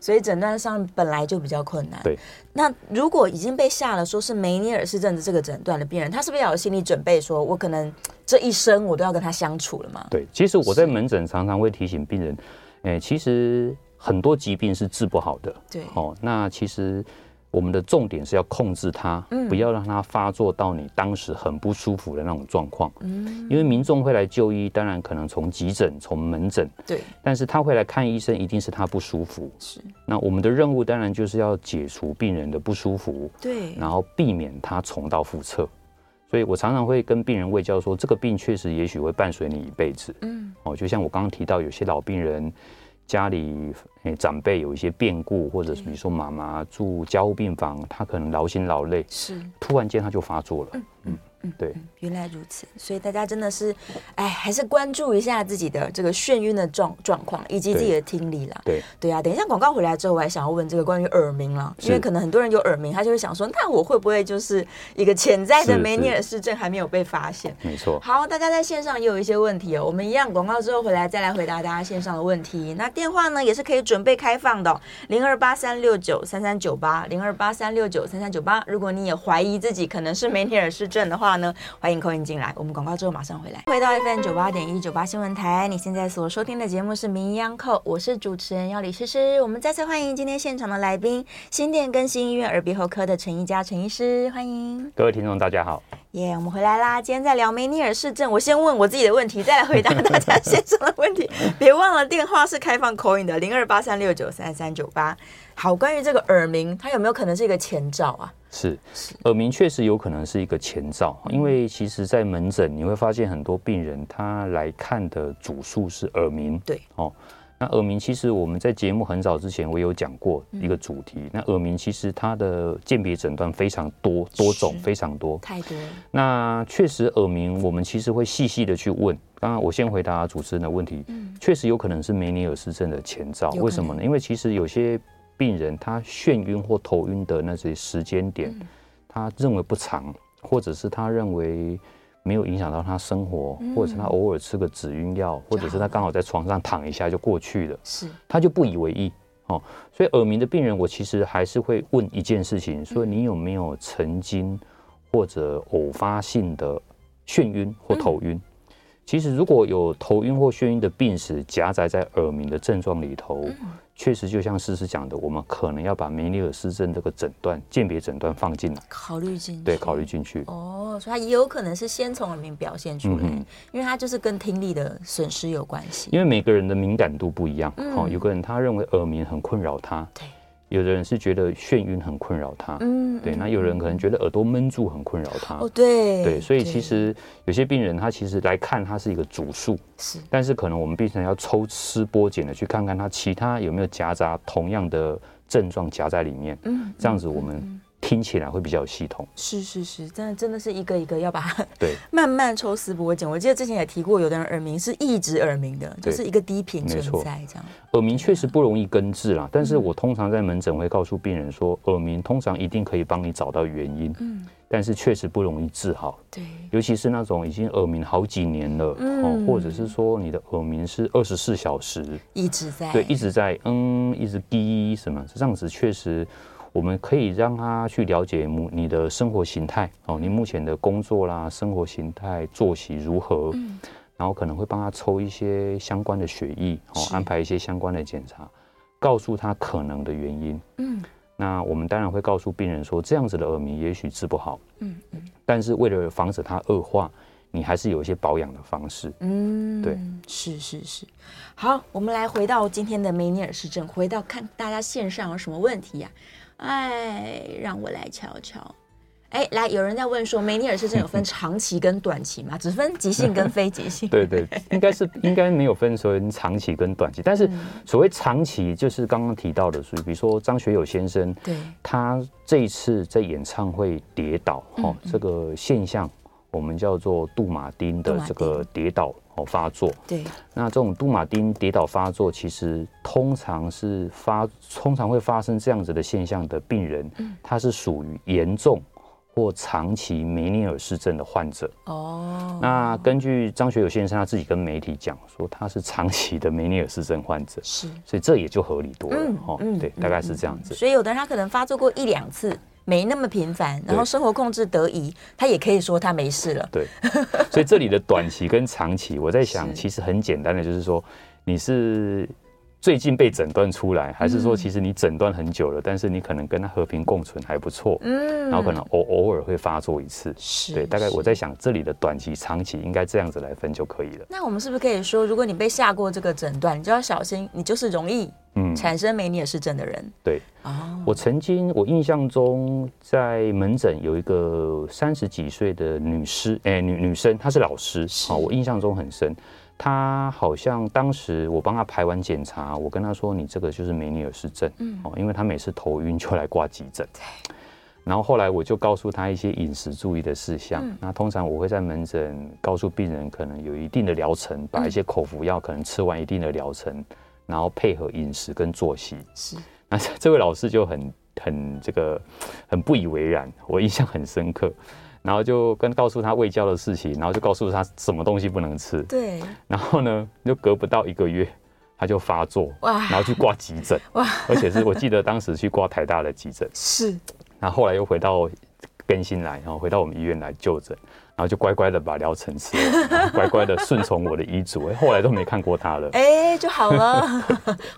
Speaker 1: 所以诊断上本来就比较困难。
Speaker 2: 对，
Speaker 1: 那如果已经被下了说是梅尼尔氏症的这个诊断的病人，他是不是要有心理准备，说我可能这一生我都要跟他相处了嘛？
Speaker 2: 对，其实我在门诊常常会提醒病人，诶、其实很多疾病是治不好的。
Speaker 1: 对
Speaker 2: 哦，那其实我们的重点是要控制它，
Speaker 1: 嗯
Speaker 2: 不要让它发作到你当时很不舒服的那种状况。嗯，因为民众会来就医，当然可能从急诊、从门诊，
Speaker 1: 对，
Speaker 2: 但是他会来看医生，一定是他不舒服。
Speaker 1: 是，
Speaker 2: 那我们的任务当然就是要解除病人的不舒服，
Speaker 1: 对，
Speaker 2: 然后避免他重蹈覆辙。所以我常常会跟病人卫教说，这个病确实也许会伴随你一辈子。
Speaker 1: 嗯，
Speaker 2: 哦，就像我刚刚提到，有些老病人家里诶、长辈有一些变故，或者是比如说妈妈住家护病房，她可能劳心劳累，
Speaker 1: 是，
Speaker 2: 突然间她就发作了。嗯，对，
Speaker 1: 原来如此。所以大家真的是，哎，还是关注一下自己的这个眩晕的状状况，以及自己的听力啦。
Speaker 2: 对，
Speaker 1: 对啊，等一下广告回来之后，我还想要问这个关于耳鸣啦，因为
Speaker 2: 是
Speaker 1: 可能很多人有耳鸣，他就会想说，那我会不会就是一个潜在的
Speaker 2: 是
Speaker 1: 梅尼
Speaker 2: 是
Speaker 1: 尔氏症还没有被发现？
Speaker 2: 没错。
Speaker 1: 好，大家在线上也有一些问题哦，我们一样广告之后回来再来回答大家线上的问题。那电话呢也是可以准备开放的、哦，零二八三六九三三九八，零二八三六九三三九八。如果你也怀疑自己可能是梅尼尔氏症的话呢，欢迎扣音进来。我们广告之后马上回来，回到 FM 九八点一九八新闻台，你现在所收听的节目是《名医央叩》，我是主持人要李诗诗。我们再次欢迎今天现场的来宾，新店更新医院耳鼻喉科的陈一佳陈医师，欢迎。
Speaker 2: 各位听众，大家好。
Speaker 1: 耶我们回来啦！今天在聊梅尼尔氏症，我先问我自己的问题，再来回答大 家线上的问题。别忘了电话是开放口音的零二八三六九三三九八。好，关于这个耳鸣，它有没有可能是一个前兆啊？
Speaker 2: 是，耳鸣确实有可能是一个前兆，
Speaker 1: 嗯
Speaker 2: 因为其实，在门诊你会发现很多病人他来看的主诉是耳鸣。
Speaker 1: 对，
Speaker 2: 哦，那耳鸣其实我们在节目很早之前我有讲过一个主题，
Speaker 1: 嗯
Speaker 2: 那耳鸣其实它的鉴别诊断非常多多种，
Speaker 1: 是
Speaker 2: 非常多。
Speaker 1: 太多了，
Speaker 2: 那确实耳鸣，我们其实会细细的去问。刚刚我先回答主持人的问题，确实有可能是梅尼尔氏症的前兆
Speaker 1: 嗯有可。能
Speaker 2: 为什么呢？因为其实有些病人他眩晕或头晕的那些时间点，
Speaker 1: 嗯
Speaker 2: 他认为不长，或者是他认为。没有影响到他生活，
Speaker 1: 嗯
Speaker 2: 或者是他偶尔吃个止晕药，或者是他刚好在床上躺一下就过去了，
Speaker 1: 是
Speaker 2: 他就不以为意哦。所以耳鸣的病人，我其实还是会问一件事情：说你有没有曾经或者偶发性的眩晕或头晕？其实如果有头晕或眩晕的病史夹杂在耳鸣的症状里头，确实就像诗诗讲的，我们可能要把梅尼尔氏症这个诊断、鉴别诊断放进来，
Speaker 1: 考虑进去，
Speaker 2: 对，考虑。进去。
Speaker 1: 哦，所以它也有可能是先从耳鸣表现出来，
Speaker 2: 嗯哼
Speaker 1: 因为它就是跟听力的损失有关系。
Speaker 2: 因为每个人的敏感度不一样，
Speaker 1: 嗯
Speaker 2: 哦，有个人他认为耳鸣很困扰他，
Speaker 1: 对，
Speaker 2: 有的人是觉得眩晕很困扰他，
Speaker 1: 嗯
Speaker 2: 对，那有人可能觉得耳朵闷住很困扰他，
Speaker 1: 哦，对
Speaker 2: 对，所以其实有些病人他其实来看他是一个主诉，
Speaker 1: 是
Speaker 2: 但是可能我们病人要抽丝剥茧的去看看他其他有没有夹杂同样的症状夹在里面，
Speaker 1: 嗯
Speaker 2: 这样子我们听起来会比较有系统。
Speaker 1: 是是是，真的真的是一个一个要把它
Speaker 2: 对，
Speaker 1: 慢慢抽丝剥茧。我记得之前也提过，有的人耳鸣是一直耳鸣的，就
Speaker 2: 对
Speaker 1: 是一个低频
Speaker 2: 没
Speaker 1: 存
Speaker 2: 错
Speaker 1: 在这样。
Speaker 2: 耳鸣确实不容易根治
Speaker 1: 嗯
Speaker 2: 啦，但是我通常在门诊会告诉病人说，耳鸣通常一定可以帮你找到原因，
Speaker 1: 嗯，
Speaker 2: 但是确实不容易治好，
Speaker 1: 对，
Speaker 2: 尤其是那种已经耳鸣好几年了，
Speaker 1: 嗯
Speaker 2: 哦，或者是说你的耳鸣是二十四小时，
Speaker 1: 一直在。
Speaker 2: 对，一直在嗯，一直滴什么，这样子确实，我们可以让他去了解目你的生活形态哦，你目前的工作啦、生活形态、作息如何，
Speaker 1: 嗯
Speaker 2: 然后可能会帮他抽一些相关的血液哦，
Speaker 1: 是
Speaker 2: 安排一些相关的检查，告诉他可能的原因。
Speaker 1: 嗯
Speaker 2: 那我们当然会告诉病人说，这样子的耳鸣也许治不好，
Speaker 1: 嗯嗯
Speaker 2: 但是为了防止它恶化，你还是有一些保养的方式。
Speaker 1: 嗯，
Speaker 2: 对，
Speaker 1: 是是是。好，我们来回到今天的梅尼尔市政，回到看大家线上有什么问题呀、啊哎，让我来瞧瞧。哎，来，有人在问说，梅尼尔市政有分长期跟短期吗？只分急性 跟非急性？
Speaker 2: 对对，应该 是应该没有分成长期跟短期，但
Speaker 1: 嗯
Speaker 2: 是所谓长期就是刚刚提到的，属于比如说张学友先生，
Speaker 1: 对，
Speaker 2: 他这一次在演唱会跌倒
Speaker 1: 嗯
Speaker 2: 哦，这个现象我们叫做杜马丁
Speaker 1: 杜
Speaker 2: 的
Speaker 1: 马
Speaker 2: 这个跌倒哦发作。
Speaker 1: 对，
Speaker 2: 那这种杜马丁跌倒发作，其实通常是发通常会发生这样子的现象的病人，
Speaker 1: 嗯
Speaker 2: 他是属于严重或长期梅尼尔氏症的患者。
Speaker 1: 哦，
Speaker 2: 那根据张学友先生他自己跟媒体讲说，他是长期的梅尼尔氏症患者，
Speaker 1: 是。
Speaker 2: 所以这也就合理多了
Speaker 1: 嗯
Speaker 2: 哦
Speaker 1: 嗯。
Speaker 2: 对，
Speaker 1: 嗯
Speaker 2: 大概是这样子。
Speaker 1: 所以有的人他可能发作过一两次，没那么频繁，然后
Speaker 2: 对
Speaker 1: 生活控制得宜，他也可以说他没事了。
Speaker 2: 对，所以这里的短期跟长期，我在想
Speaker 1: 是，
Speaker 2: 其实很简单的，就是说你是最近被诊断出来，还是
Speaker 1: 嗯
Speaker 2: 说其实你诊断很久了，但是你可能跟他和平共存还不错，
Speaker 1: 嗯，
Speaker 2: 然后可能偶偶尔会发作一次。
Speaker 1: 是
Speaker 2: 对，大概我
Speaker 1: 是
Speaker 2: 在想，这里的短期、长期应该这样子来分就可以了。
Speaker 1: 那我们是不是可以说，如果你被下过这个诊断，你就要小心，你就是容易
Speaker 2: 嗯，
Speaker 1: 产生梅尼尔氏症的人
Speaker 2: 对。
Speaker 1: 哦。
Speaker 2: 我曾经，我印象中在门诊有一个三十几岁的女师，哎、女女生，她是老师，哦
Speaker 1: 是
Speaker 2: 我印象中很深。她好像当时我帮她排完检查，我跟她说：“你这个就是梅尼尔氏症。”嗯，哦，因为她每次头晕就来挂急诊。然后后来我就告诉她一些饮食注意的事项。
Speaker 1: 嗯
Speaker 2: 那通常我会在门诊告诉病人，可能有一定的疗程，
Speaker 1: 嗯
Speaker 2: 把一些口服药可能吃完一定的疗程，然后配合饮食跟作息。
Speaker 1: 是
Speaker 2: 那这这位老师就很很这个很不以为然，我印象很深刻。然后就跟告诉他胃教的事情，然后就告诉他什么东西不能吃。
Speaker 1: 对，
Speaker 2: 然后呢，就隔不到一个月，他就发作，
Speaker 1: 哇
Speaker 2: 然后去挂急诊，
Speaker 1: 哇
Speaker 2: 而且是我记得当时去挂台大的急诊，
Speaker 1: 是
Speaker 2: 然后后来又回到更新来，然后回到我们医院来就诊，然后就乖乖的把疗程吃完，然后乖乖的顺从我的医嘱，哎后来都没看过他了。
Speaker 1: 哎就好 了，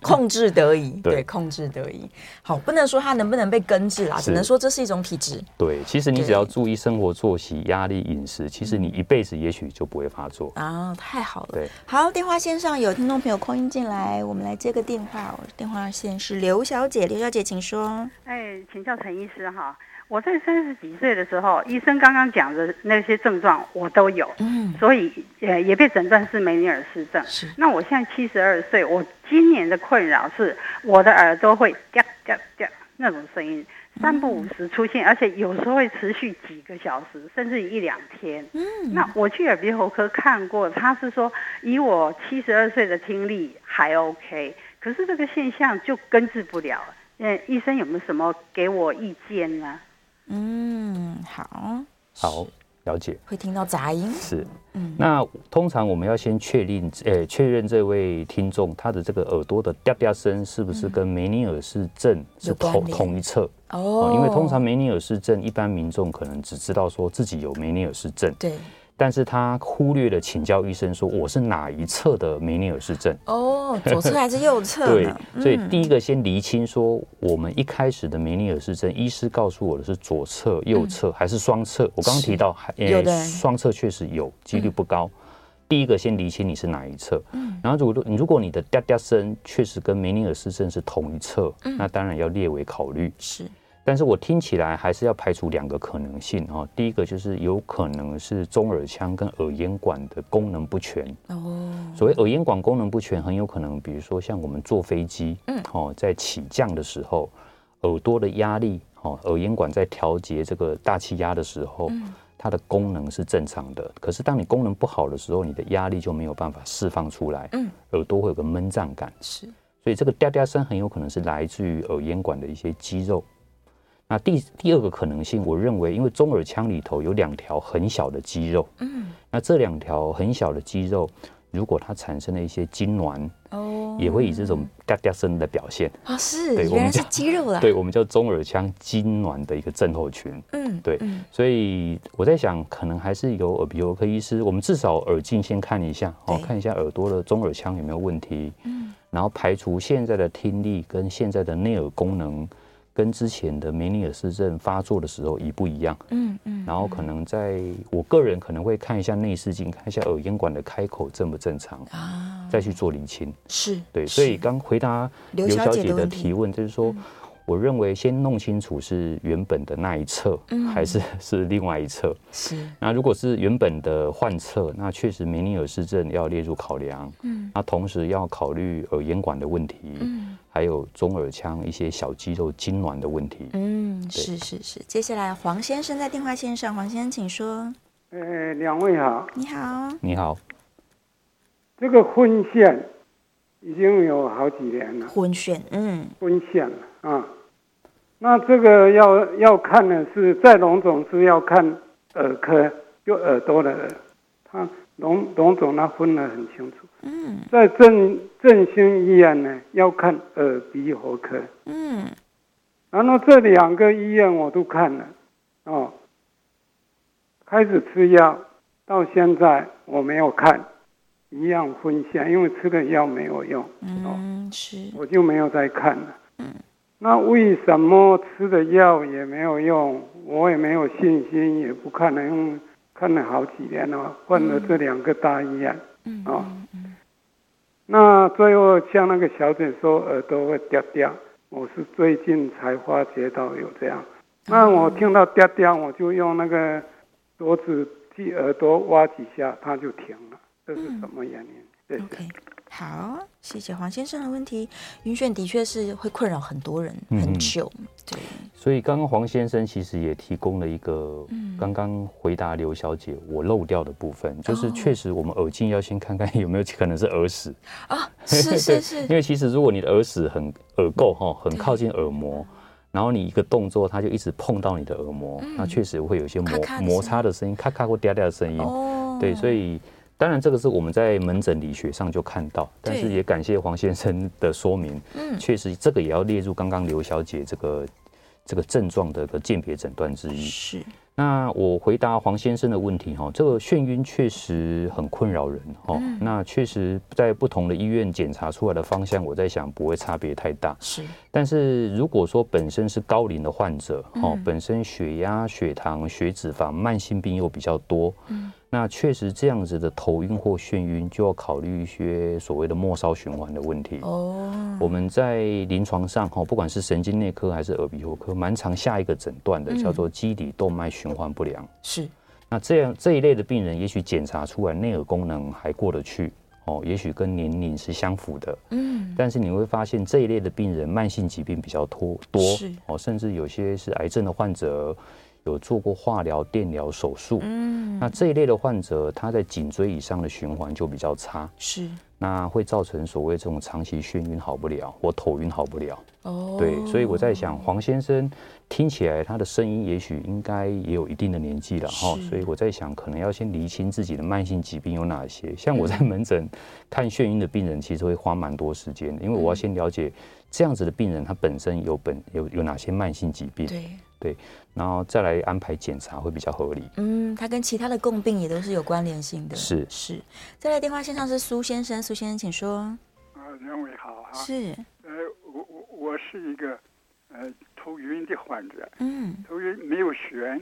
Speaker 1: 控制得宜，
Speaker 2: 对
Speaker 1: 对，控制得宜。好，不能说它能不能被根治啦，
Speaker 2: 是
Speaker 1: 只能说这是一种体质。
Speaker 2: 对，其实你只
Speaker 1: 对嗯
Speaker 2: 要注意生活作息、压力、饮食，其实你一辈子也许就不会发作。
Speaker 1: 啊，太好了！
Speaker 2: 对，
Speaker 1: 好，电话线上有听众朋友空音进来，我们来接个电话。我电话线是刘小姐，刘小姐请说。
Speaker 3: 哎，请教陈医师哈，我在三十几岁的时候，医生刚刚讲的那些症状我都有，
Speaker 1: 嗯，
Speaker 3: 所以呃也被诊断是梅尼尔氏症。
Speaker 1: 是
Speaker 3: 那我现在七十二岁，我今年的困扰是我的耳朵会掉掉掉那种声音，三不五时出现，而且有时候会持续几个小时，甚至一两天。嗯，那我去耳鼻喉科看过，他是说以我七十二岁的听力还 OK，可是这个现象就根治不了。嗯，医生有没有什么给我意见呢？
Speaker 1: 嗯，好，
Speaker 2: 好，了解
Speaker 1: 会听到杂音，
Speaker 2: 是。
Speaker 1: 嗯
Speaker 2: 那通常我们要先确定，呃，确认这位听众他的这个耳朵的嗲嗲声是不是跟梅尼尔氏症
Speaker 1: 嗯
Speaker 2: 是
Speaker 1: 有关
Speaker 2: 同
Speaker 1: 联
Speaker 2: 同一侧
Speaker 1: 哦
Speaker 2: 哦，因为通常梅尼尔氏症一般民众可能只知道说自己有梅尼尔氏症，
Speaker 1: 对
Speaker 2: 但是他忽略了请教医生说我是哪一侧的梅尼尔氏症。
Speaker 1: 哦，左侧还是右侧
Speaker 2: 对
Speaker 1: 呢？，
Speaker 2: 所以第一个先厘清说，我们一开始的梅尼尔氏症，医师告诉我的是左侧、右侧还是双侧？我刚刚提到，还
Speaker 1: 有的人嗯
Speaker 2: 双侧确实有，几率不高。第一个先厘清你是哪一侧，然后如果如果你的嗲嗲声确实跟梅尼尔氏症是同一侧，那当然要列为考虑。
Speaker 1: 嗯是
Speaker 2: 但是我听起来还是要排除两个可能性哦，第一个就是有可能是中耳腔跟耳咽管的功能不全，
Speaker 1: 哦，
Speaker 2: 所谓耳咽管功能不全，很有可能，比如说像我们坐飞机，嗯，哦，在起降的时候，耳朵的压力哦，耳咽管在调节这个大气压的时候，
Speaker 1: 嗯
Speaker 2: 它的功能是正常的。可是当你功能不好的时候，你的压力就没有办法释放出来，
Speaker 1: 嗯
Speaker 2: 耳朵会有个闷胀感。
Speaker 1: 是，
Speaker 2: 所以这个嗲嗲声很有可能是来自于耳咽管的一些肌肉。那第第二个可能性，我认为，因为中耳腔里头有两条很小的肌肉，
Speaker 1: 嗯，
Speaker 2: 那这两条很小的肌肉，如果它产生了一些痉挛，
Speaker 1: 哦，
Speaker 2: 也会以这种嗲嗲声的表现。
Speaker 1: 啊、是，
Speaker 2: 对
Speaker 1: 原
Speaker 2: 我
Speaker 1: 来
Speaker 2: 们
Speaker 1: 是
Speaker 2: 叫
Speaker 1: 肌肉啦，
Speaker 2: 对，我们叫中耳腔痉挛的一个症候群。
Speaker 1: 嗯，
Speaker 2: 对
Speaker 1: 嗯，
Speaker 2: 所以我在想，可能还是由耳鼻喉科医师，我们至少耳镜先看一下，哦
Speaker 1: 对，
Speaker 2: 看一下耳朵的中耳腔有没有问题，嗯，然后排除现在的听力跟现在的内耳功能跟之前的梅尼尔氏症发作的时候一不一样，
Speaker 1: 嗯嗯，
Speaker 2: 然后可能在我个人可能会看一下内视镜，看一下耳咽管的开口正不正常，
Speaker 1: 啊，
Speaker 2: 再去做厘清。
Speaker 1: 是，
Speaker 2: 对，所以
Speaker 1: 是
Speaker 2: 刚回答
Speaker 1: 刘
Speaker 2: 刘
Speaker 1: 小
Speaker 2: 小
Speaker 1: 姐
Speaker 2: 姐
Speaker 1: 的
Speaker 2: 的
Speaker 1: 问题嗯
Speaker 2: 提问，就是说，我认为先弄清楚是原本的那一侧，
Speaker 1: 嗯
Speaker 2: 还是 是另外一侧。
Speaker 1: 是，
Speaker 2: 那如果是原本的患侧，那确实梅尼尔氏症要列入考量。嗯，那同时要考虑耳咽管的问题，嗯，还有中耳腔一些小肌肉痉挛的问题。
Speaker 1: 嗯，是是是。接下来黄先生在电话线上，黄先生请说。
Speaker 4: 呃，两位好，
Speaker 1: 你好，
Speaker 2: 你好，
Speaker 4: 这个婚线已经有好几年了，
Speaker 1: 婚选，嗯，
Speaker 4: 婚线了啊。那这个要要看的是，再笼总是要看耳科，就耳朵的耳，他龙龙总他分得很清楚。嗯，在振振兴医院呢，要看耳鼻喉科。
Speaker 1: 嗯，
Speaker 4: 然后这两个医院我都看了，哦，开始吃药，到现在我没有看，一样昏眩，因为吃的药没有用，哦，
Speaker 1: 嗯，是，
Speaker 4: 我就没有再看了。
Speaker 1: 嗯
Speaker 4: 那为什么吃的药也没有用？我也没有信心，也不看了，因为看了好几年了，换了这两个大医院，
Speaker 1: 嗯
Speaker 4: 哦。那最后像那个小姐说耳朵会掉掉，我是最近才发觉到有这样。那我听到掉掉，我就用那个桌子替耳朵挖几下，它就停了。这是什么原因？对。
Speaker 1: 嗯 OK，好，谢谢黄先生的问题。云选的确是会困扰很多人很
Speaker 2: 嗯
Speaker 1: 久，对，
Speaker 2: 所以刚刚黄先生其实也提供了一个，
Speaker 1: 嗯
Speaker 2: 刚刚回答刘小姐我漏掉的部分，
Speaker 1: 哦
Speaker 2: 就是确实我们耳镜要先看看有没有可能是耳屎，
Speaker 1: 啊，是
Speaker 2: 对
Speaker 1: 是是嗯
Speaker 2: 因，为其实如果你的耳屎很耳垢哈，很靠近耳膜，然后你一个动作它就一直碰到你的耳膜，那确实会有一些
Speaker 1: 嗯咔咔的声
Speaker 2: 摩
Speaker 1: 音
Speaker 2: 摩擦的声音，咔咔或嗲嗲的声音。
Speaker 1: 哦，
Speaker 2: 对，所
Speaker 1: 以
Speaker 2: 以当然这个是我们在门诊理学上就看到，但是
Speaker 1: 对
Speaker 2: 也感谢黄先生的说明，
Speaker 1: 嗯
Speaker 2: 确实这个也要列入刚刚刘小姐这个这个症状的一个鉴别诊断之一。
Speaker 1: 是，
Speaker 2: 那我回答黄先生的问题哈，这个眩晕确实很困扰人哈。那确实在不同的医院检查出来的方向，我在想不会差别太大。
Speaker 1: 是，
Speaker 2: 但是如果说本身是高龄的患者，哦，本身血压、血糖、血脂肪、慢性病又比较多，那确实这样子的头晕或眩晕，就要考虑一些所谓的末梢循环的问题。
Speaker 1: 哦，
Speaker 2: 我们在临床上哈，哦不管是神经内科还是耳鼻喉科，蛮常下一个诊断
Speaker 1: 嗯
Speaker 2: 的，叫做基底动脉循环不良。
Speaker 1: 是，
Speaker 2: 那这样这一类的病人，也许检查出来内耳功能还过得去哦，也许跟年龄是相符的，
Speaker 1: 嗯，
Speaker 2: 但是你会发现这一类的病人慢性疾病比较多多
Speaker 1: 是
Speaker 2: 哦，甚至有些是癌症的患者，有做过化疗、电疗、手术。
Speaker 1: 嗯，
Speaker 2: 那这一类的患者，他在颈椎以上的循环就比较差，
Speaker 1: 是，
Speaker 2: 那会造成所谓这种长期眩晕好不了或头晕好不了。
Speaker 1: 哦，
Speaker 2: 对，所以我在想，黄先生听起来他的声音也许应该也有一定的年纪了哈，
Speaker 1: 是
Speaker 2: 所以我在想，可能要先厘清自己的慢性疾病有哪些。
Speaker 1: 嗯
Speaker 2: 像我在门诊看眩晕的病人，其实会花蛮多时间的，因为
Speaker 1: 嗯
Speaker 2: 我要先了解这样子的病人他本身有本有有哪些慢性疾病，
Speaker 1: 对，
Speaker 2: 然后再来安排检查会比较合理。
Speaker 1: 嗯，它跟其他的共病也都是有关联性的。
Speaker 2: 是
Speaker 1: 是。再来电话线上是苏先生，苏先生请说。
Speaker 5: 啊，两位好哈、
Speaker 1: 是，
Speaker 5: 呃，我我我是一个呃头晕的患者，
Speaker 1: 嗯，
Speaker 5: 头晕没有眩，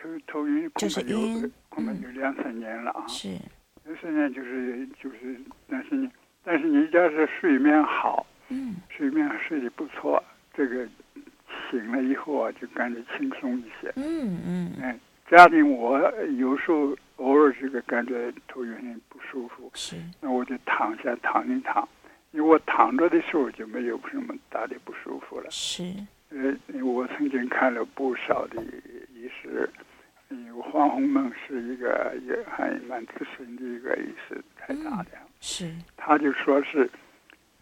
Speaker 5: 头头晕
Speaker 1: 就
Speaker 5: 恐
Speaker 1: 是
Speaker 5: 怕有
Speaker 1: 晕嗯
Speaker 5: 恐怕有两三年了啊。
Speaker 1: 是，
Speaker 5: 但是呢，就是就是，但是你但是你要是睡眠好，
Speaker 1: 嗯，
Speaker 5: 睡眠睡得不错，这个醒了以后啊，就感觉轻松一些。
Speaker 1: 嗯嗯，
Speaker 5: 嗯，家里我有时候偶尔这个感觉头晕不舒服，
Speaker 1: 是，
Speaker 5: 那我就躺下躺一躺，因为我躺着的时候就没有什么大的不舒服了。
Speaker 1: 是，
Speaker 5: 呃，我曾经看了不少的医师，有黄宏梦是一个也还蛮资深的一个医师，太大的，
Speaker 1: 嗯是，
Speaker 5: 他就说是，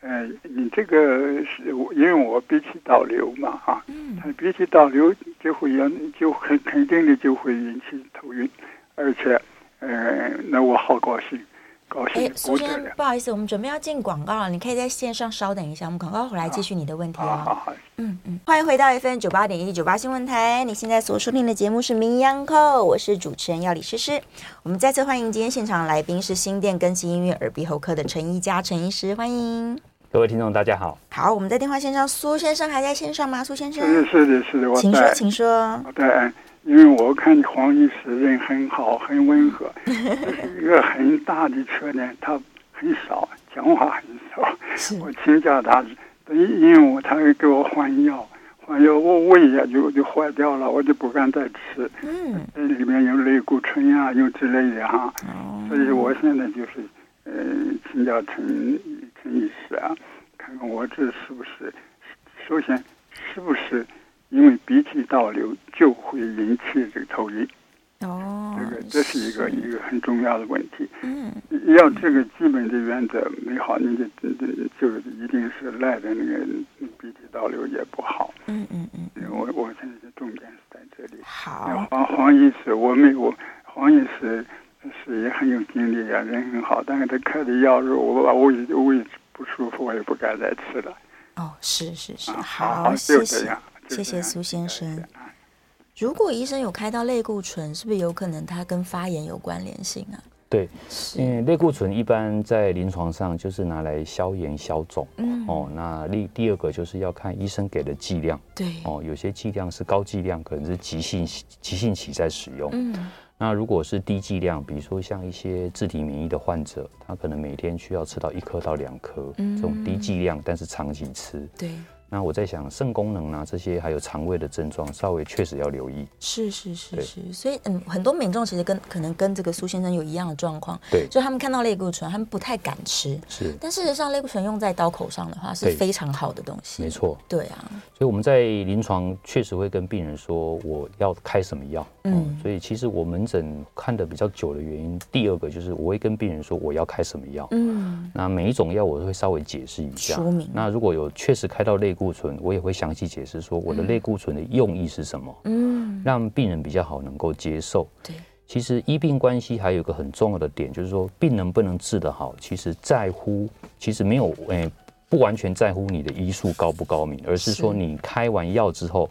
Speaker 5: 呃，你这个是我因为我鼻涕倒流嘛哈、
Speaker 1: 嗯
Speaker 5: 他鼻涕倒流就会引就很肯定的就会引起头晕，而且，呃，那我好高兴，高兴
Speaker 1: 哎
Speaker 5: 得，
Speaker 1: 苏
Speaker 5: 不嗯得
Speaker 1: 珍
Speaker 5: 了，，
Speaker 1: 不好意思，我们准备要进广告了，你可以在线上稍等一下，我们广告回来继续你的问题
Speaker 5: 好好
Speaker 1: 哦。
Speaker 5: 好，
Speaker 1: 嗯嗯，欢迎回到 FM 九八点一九八新闻台，你现在所收听的节目是《名医央叩》，我是主持人要李诗诗。我们再次欢迎今天现场来宾是新店根崎音乐耳鼻喉科的陈一佳陈医师，欢迎。
Speaker 2: 各位听众大家好，
Speaker 1: 好，我们在电话线上，苏先生还在线上吗？苏先
Speaker 5: 是
Speaker 1: 生，
Speaker 5: 的是的是的，我
Speaker 1: 请
Speaker 5: 嗯在
Speaker 1: 说，请说。
Speaker 5: 好的，因为我看黄医师人很好，很温和，这是一个很大的缺点，他很少讲话，很少。
Speaker 1: 是
Speaker 5: 我请教他，因因为我他给我换药，换药我胃也就就坏掉了，我就不敢再吃。
Speaker 1: 嗯，
Speaker 5: 这里面有类固醇呀、有之类的哈、
Speaker 1: 哦，
Speaker 5: 所以我现在就是，呃，请教陈陈医师啊，看看我这是不是，首先是不是因为鼻涕倒流就会引起这个头晕？
Speaker 1: 哦
Speaker 5: 这个这是一个一个很重要的问题。
Speaker 1: 嗯，
Speaker 5: 要这个基本的原则没好，你就就就一定是赖的那个鼻涕倒流也不好。
Speaker 1: 嗯嗯嗯，
Speaker 5: 我我现在的重点是在这里。
Speaker 1: 好，
Speaker 5: 黄黄医师，我没有黄医师是也很有精力啊，人很好，但是他开的药，如果我胃胃不舒服，我也不敢再吃了。
Speaker 1: 哦，是是是，
Speaker 5: 啊，
Speaker 1: 好，
Speaker 5: 就
Speaker 1: 谢
Speaker 5: 这
Speaker 1: 谢
Speaker 5: 样。，
Speaker 1: 谢
Speaker 5: 就这
Speaker 1: 谢
Speaker 5: 样
Speaker 1: 苏先生。
Speaker 5: 啊
Speaker 1: 如果医生有开到类固醇，是不是有可能它跟发炎有关联性啊？
Speaker 2: 对，因
Speaker 1: 是，
Speaker 2: 为类固醇一般在临床上就是拿来消炎消肿。
Speaker 1: 嗯，
Speaker 2: 哦，那第第二个就是要看医生给的剂量
Speaker 1: 对，
Speaker 2: 哦，有些剂量是高剂量，可能是急性急性期在使用。
Speaker 1: 嗯，
Speaker 2: 那如果是低剂量，比如说像一些自体免疫的患者，他可能每天需要吃到一颗到两颗、
Speaker 1: 嗯
Speaker 2: 这种低剂量，但是长期吃。
Speaker 1: 对，
Speaker 2: 那我在想，肾功能啊这些还有肠胃的症状，稍微确实要留意。
Speaker 1: 是是是
Speaker 2: 对
Speaker 1: 是，所以嗯，很多民众其实跟可能跟这个苏先生有一样的状况，
Speaker 2: 对
Speaker 1: 就他们看到类固醇，他们不太敢吃，
Speaker 2: 是
Speaker 1: 但事实上类固醇用在刀口上的话是
Speaker 2: 对
Speaker 1: 非常好的东西，
Speaker 2: 没，错。
Speaker 1: 对啊，
Speaker 2: 所以我们在临床确实会跟病人说我要开什么药，嗯、
Speaker 1: 嗯
Speaker 2: 所以其实我门诊看的比较久的原因，第二个就是我会跟病人说我要开什么药，
Speaker 1: 嗯，
Speaker 2: 那每一种药我会稍微解释一下，
Speaker 1: 说明
Speaker 2: 那如果有确实开到类固醇，我也会详细解释说我的类固醇的用意是什么，
Speaker 1: 嗯，
Speaker 2: 让病人比较好能够接受。
Speaker 1: 对，
Speaker 2: 其实医病关系还有一个很重要的点，就是说病能不能治得好，其实在乎，其实没有诶、不完全在乎你的医术高不高明，而是说
Speaker 1: 是
Speaker 2: 你开完药之后，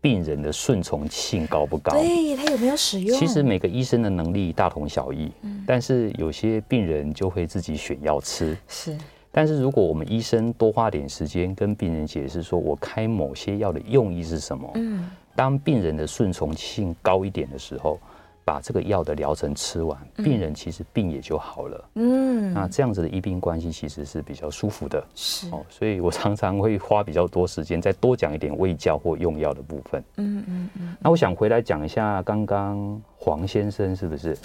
Speaker 2: 病人的顺从性高不高。
Speaker 1: 对，他有没有使用？
Speaker 2: 其实每个医生的能力大同小异，
Speaker 1: 嗯
Speaker 2: 但是有些病人就会自己选药吃。
Speaker 1: 是，
Speaker 2: 但是如果我们医生多花点时间跟病人解释说，我开某些药的用意是什么，
Speaker 1: 嗯，
Speaker 2: 当病人的顺从性高一点的时候，把这个药的疗程吃完，病人其实病也就好了。那
Speaker 1: 嗯，
Speaker 2: 这样子的医病关系其实是比较舒服的
Speaker 1: 是，
Speaker 2: 哦，所以我常常会花比较多时间再多讲一点喂教或用药的部分。
Speaker 1: 嗯嗯嗯，
Speaker 2: 那我想回来讲一下刚刚黄先生是不
Speaker 1: 嗯
Speaker 2: 是？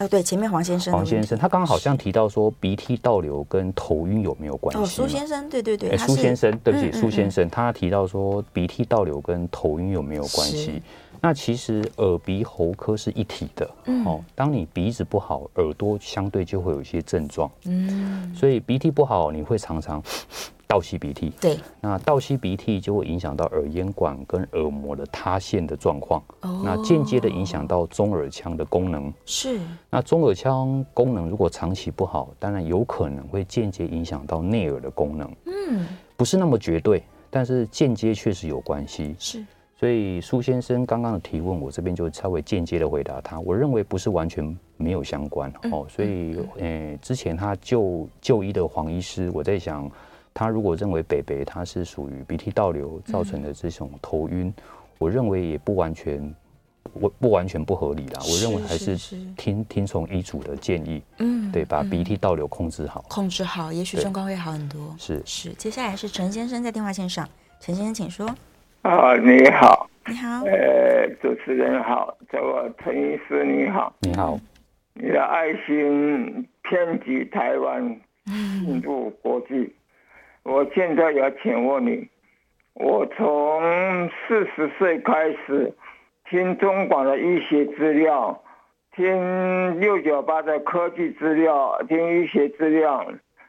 Speaker 1: 哦，对，前面黄先生的
Speaker 2: 黄
Speaker 1: 问题，
Speaker 2: 先生他刚刚好像提到说鼻涕倒流跟头晕有没有关系
Speaker 1: 哦，
Speaker 2: 嘛？
Speaker 1: 苏先生，对对对，
Speaker 2: 哎，
Speaker 1: 他
Speaker 2: 苏
Speaker 1: 是
Speaker 2: 先生，对不
Speaker 1: 嗯
Speaker 2: 起，
Speaker 1: 嗯
Speaker 2: 苏先生，他提到说鼻涕倒流跟头晕有没有关
Speaker 1: 是
Speaker 2: 系？那其实耳鼻喉科是一体的
Speaker 1: 嗯
Speaker 2: 哦。当你鼻子不好，耳朵相对就会有一些症状，
Speaker 1: 嗯，
Speaker 2: 所以鼻涕不好，你会常常倒吸鼻涕。
Speaker 1: 对，
Speaker 2: 那倒吸鼻涕就会影响到耳咽管跟耳膜的塌陷的状况，
Speaker 1: 哦
Speaker 2: 那间接的影响到中耳腔的功能。
Speaker 1: 是，
Speaker 2: 那中耳腔功能如果长期不好，当然有可能会间接影响到内耳的功能。
Speaker 1: 嗯，
Speaker 2: 不是那么绝对，但是间接确实有关系。
Speaker 1: 是，
Speaker 2: 所以苏先生刚刚的提问，我这边就稍微间接的回答他。我认为不是完全没有相关
Speaker 1: 嗯
Speaker 2: 哦，所以呃，之前他就就医的黄医师，我在想，他如果认为北北他是属于鼻涕倒流造成
Speaker 1: 嗯
Speaker 2: 的这种头晕，我认为也不完全。我不完全不合理啦，我认为
Speaker 1: 是
Speaker 2: 还是
Speaker 1: 是是
Speaker 2: 听听从医嘱的建议，
Speaker 1: 嗯，
Speaker 2: 对，把鼻涕倒流控制好。
Speaker 1: 控制好，也许
Speaker 2: 对
Speaker 1: 状况会好很多。
Speaker 2: 是
Speaker 1: 是，接下来是陈先生在电话线上，陈先生请说。
Speaker 6: 啊，你好，
Speaker 1: 你好，
Speaker 6: 呃，主持人好，叫我陈医师，你好，
Speaker 2: 你好，
Speaker 6: 你的爱心遍及台湾，进入国际。我现在要请问你，我从四十岁开始听中广的医学资料，听六九八的科技资料，听医学资料，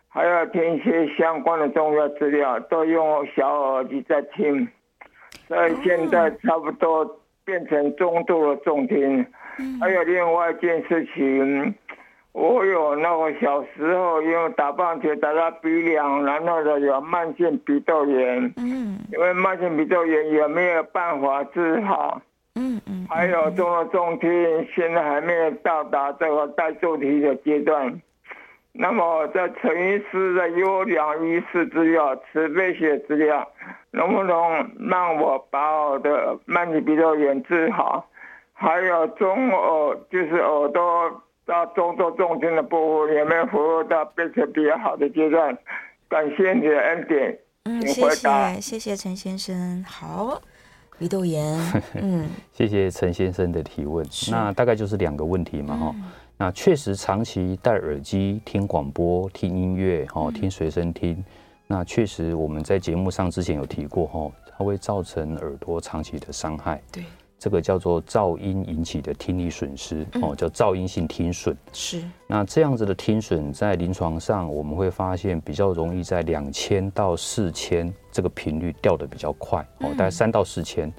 Speaker 6: 还要听一些相关的中药资料，都用小耳机在听，所以现在差不多变成中度的重听。还有另外一件事情，我有那个小时候因为打棒球打到鼻梁，然后呢有慢性鼻窦炎，
Speaker 1: 嗯
Speaker 6: 因为慢性鼻窦炎也没有办法治好。
Speaker 1: 嗯嗯，
Speaker 6: 还有中了重听，现在还没有到达这个带重听的阶段。那么，在陈医师的优良医师资料、慈悲学资料，能不能让我把我的慢性鼻窦炎治好？还有中耳，就是耳朵到中度重听的部分，有没有服务到变成比较好的阶段？感谢你的恩典，
Speaker 1: 嗯，
Speaker 6: 请
Speaker 1: 谢
Speaker 6: 回答
Speaker 1: 谢谢谢陈先生，好，鼻窦炎，嗯
Speaker 2: 谢谢陈先生的提问。那大概就是两个问题嘛哈。那确实长期戴耳机听广播、听音乐、哦听随身听，那确实我们在节目上之前有提过哈，它会造成耳朵长期的伤害。
Speaker 1: 对，
Speaker 2: 这个叫做噪音引起的听力损失哦，叫噪音性听损。
Speaker 1: 是，
Speaker 2: 那这样子的听损，在临床上我们会发现比较容易在两千到四千这个频率掉的比较快哦，大概三到四千，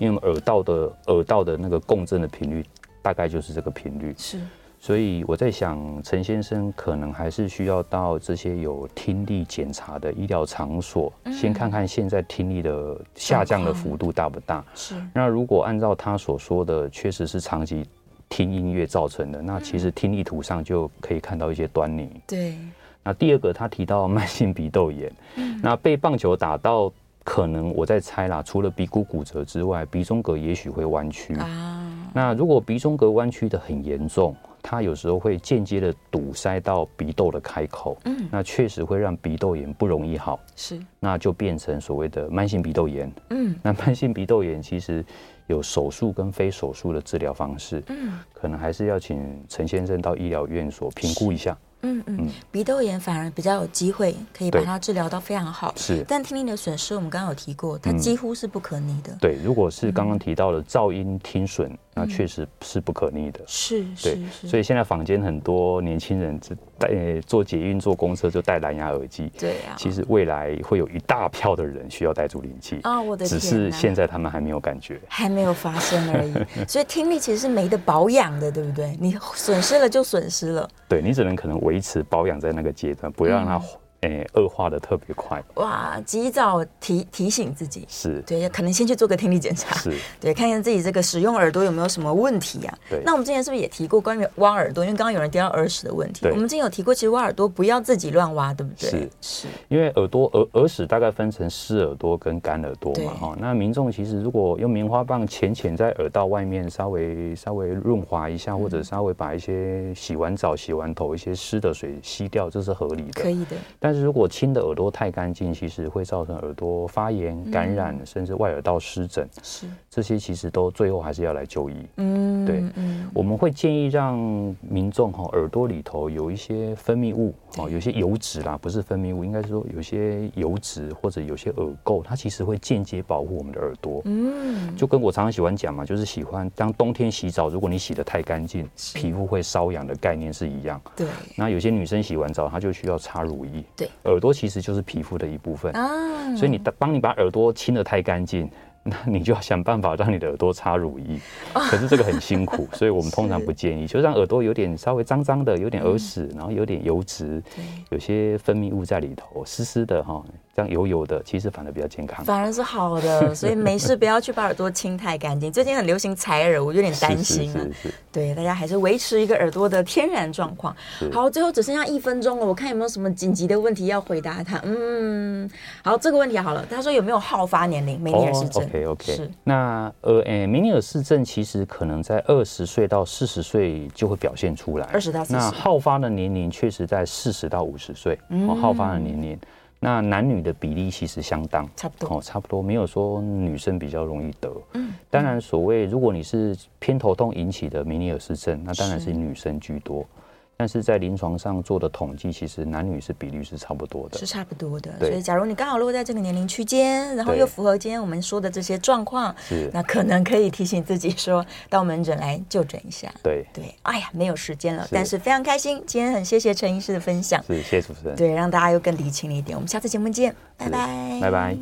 Speaker 2: 因为耳道的耳道的那个共振的频率大概就是这个频率，
Speaker 1: 是，
Speaker 2: 所以我在想，陈先生可能还是需要到这些有听力检查的医疗场所，
Speaker 1: 嗯
Speaker 2: 先看看现在听力的下降的幅度大不大。
Speaker 1: 是，
Speaker 2: 那如果按照他所说的，确实是长期听音乐造成的，那
Speaker 1: 嗯
Speaker 2: 其实听力图上就可以看到一些端倪。
Speaker 1: 对，
Speaker 2: 那第二个，他提到慢性鼻窦炎，
Speaker 1: 嗯
Speaker 2: 那被棒球打到，可能我在猜啦，除了鼻骨骨折之外，鼻中隔也许会弯曲。
Speaker 1: 啊，
Speaker 2: 那如果鼻中隔弯曲的很严重，它有时候会间接的堵塞到鼻窦的开口，
Speaker 1: 嗯
Speaker 2: 那确实会让鼻窦炎不容易好，
Speaker 1: 是，
Speaker 2: 那就变成所谓的慢性鼻窦炎。
Speaker 1: 嗯
Speaker 2: 那慢性鼻窦炎其实有手术跟非手术的治疗方式，
Speaker 1: 嗯
Speaker 2: 可能还是要请陈先生到医疗院所评估一下。
Speaker 1: 嗯嗯，鼻窦炎反而比较有机会可以把
Speaker 2: 对
Speaker 1: 它治疗到非常好，
Speaker 2: 是
Speaker 1: 但听力的损失我们刚刚有提过，它
Speaker 2: 嗯
Speaker 1: 几乎是不可逆的，
Speaker 2: 对，如果是刚刚提到的噪音听损，那确实是不可逆的。
Speaker 1: 是
Speaker 2: 对
Speaker 1: 嗯是，是，
Speaker 2: 所以现在坊间很多年轻人只戴、呃坐捷运、坐公车就戴蓝牙耳机。
Speaker 1: 对啊，
Speaker 2: 其实未来会有一大票的人需要戴助听器
Speaker 1: 啊我的
Speaker 2: 只
Speaker 1: 天
Speaker 2: 是
Speaker 1: 哪
Speaker 2: 现在他们还没有感觉。
Speaker 1: 还没有发生而已，所以听力其实是没得保养的，对不对？你损失了就损失了，
Speaker 2: 对你只能可能维持保养在那个阶段，不要
Speaker 1: 嗯
Speaker 2: 让它诶、呃恶化的特别快。
Speaker 1: 哇，及早提提醒自己，
Speaker 2: 是，
Speaker 1: 对，可能先去做个听力检查，
Speaker 2: 是，
Speaker 1: 对，看看自己这个使用耳朵有没有什么问题啊。
Speaker 2: 对
Speaker 1: 那我们之前是不是也提过关于挖耳朵？因为刚刚有人提到耳屎的问题，
Speaker 2: 对
Speaker 1: 我们之前有提过，其实挖耳朵不要自己乱挖，对不对？
Speaker 2: 是
Speaker 1: 是，
Speaker 2: 因为耳朵耳耳屎大概分成湿耳朵跟干耳朵
Speaker 1: 对
Speaker 2: 嘛，哈、那民众其实如果用棉花棒浅浅在耳道外面稍微稍微润滑一下，或
Speaker 1: 嗯
Speaker 2: 者稍微把一些洗完澡、洗完头一些湿的水吸掉，这是合理
Speaker 1: 可
Speaker 2: 的。
Speaker 1: 以的，
Speaker 2: 但是如果清的耳朵太干净，其实会造成耳朵发
Speaker 1: 嗯
Speaker 2: 炎、感染，甚至外耳道湿疹，
Speaker 1: 是，
Speaker 2: 这些其实都最后还是要来就医。
Speaker 1: 嗯，
Speaker 2: 对
Speaker 1: 嗯，
Speaker 2: 我们会建议让民众哈、耳朵里头有一些分泌物哦，有些油脂啦，不是分泌物，应该是说有些油脂或者有些耳垢，它其实会间接保护我们的耳朵。
Speaker 1: 嗯，
Speaker 2: 就跟我常常喜欢讲嘛，就是喜欢当冬天洗澡，如果你洗得太干净，皮肤会瘙痒的概念是一样。
Speaker 1: 对，
Speaker 2: 那有些女生洗完澡，她就需要擦乳液。
Speaker 1: 对，
Speaker 2: 耳朵其实就是皮肤的一部分，
Speaker 1: 啊，
Speaker 2: 所以你当你把耳朵清得太干净。那你就要想办法让你的耳朵擦乳液，
Speaker 1: 哦
Speaker 2: 可是这个很 辛苦，所以我们通常不建议，就让耳朵有点稍微脏脏的，有点耳屎，
Speaker 1: 嗯
Speaker 2: 然后有点油脂，有些分泌物在里头，湿湿的哈，这样油油的，其实反而比较健康。
Speaker 1: 反而是好的，所以没 事不要去把耳朵清太干净。最近很流行采耳，我有点担
Speaker 2: 是
Speaker 1: 心啊。
Speaker 2: 是是，
Speaker 1: 对，大家还是维持一个耳朵的天然状况。好，最后只剩下一分钟了，我看有没有什么紧急的问题要回答他。嗯，好，这个问题好了，他说有没有好发年龄？梅尼尔氏症、
Speaker 2: OK OK
Speaker 1: 是。
Speaker 2: 哦那呃，诶，梅尼尔氏症其实可能在二十岁到四十岁就会表现出来。
Speaker 1: 20到40
Speaker 2: 那好发的年龄确实在四十到五十岁，哦，好发的年龄。那男女的比例其实相当，
Speaker 1: 差不多
Speaker 2: 哦，差不多，没有说女生比较容易得。嗯，当然，所谓如果你是偏头痛引起的梅尼尔氏症，那当然是女生居多。但是在临床上做的统计，其实男女是比率是差不多的
Speaker 1: 是。差不多的。所
Speaker 2: 对
Speaker 1: 以，假如你刚好落在这个年龄区间，然后
Speaker 2: 对
Speaker 1: 又符合今天我们说的这些状况，
Speaker 2: 是，
Speaker 1: 那可能可以提醒自己说，到门诊来就诊一下。
Speaker 2: 对，
Speaker 1: 对，哎呀，没有时间了，
Speaker 2: 是
Speaker 1: 但是非常开心，今天很谢谢陈医师的分享，
Speaker 2: 是，谢谢主持人。
Speaker 1: 对，让大家又更理清了一点。我们下次节目见，拜
Speaker 2: 是，
Speaker 1: 拜，
Speaker 2: 拜拜。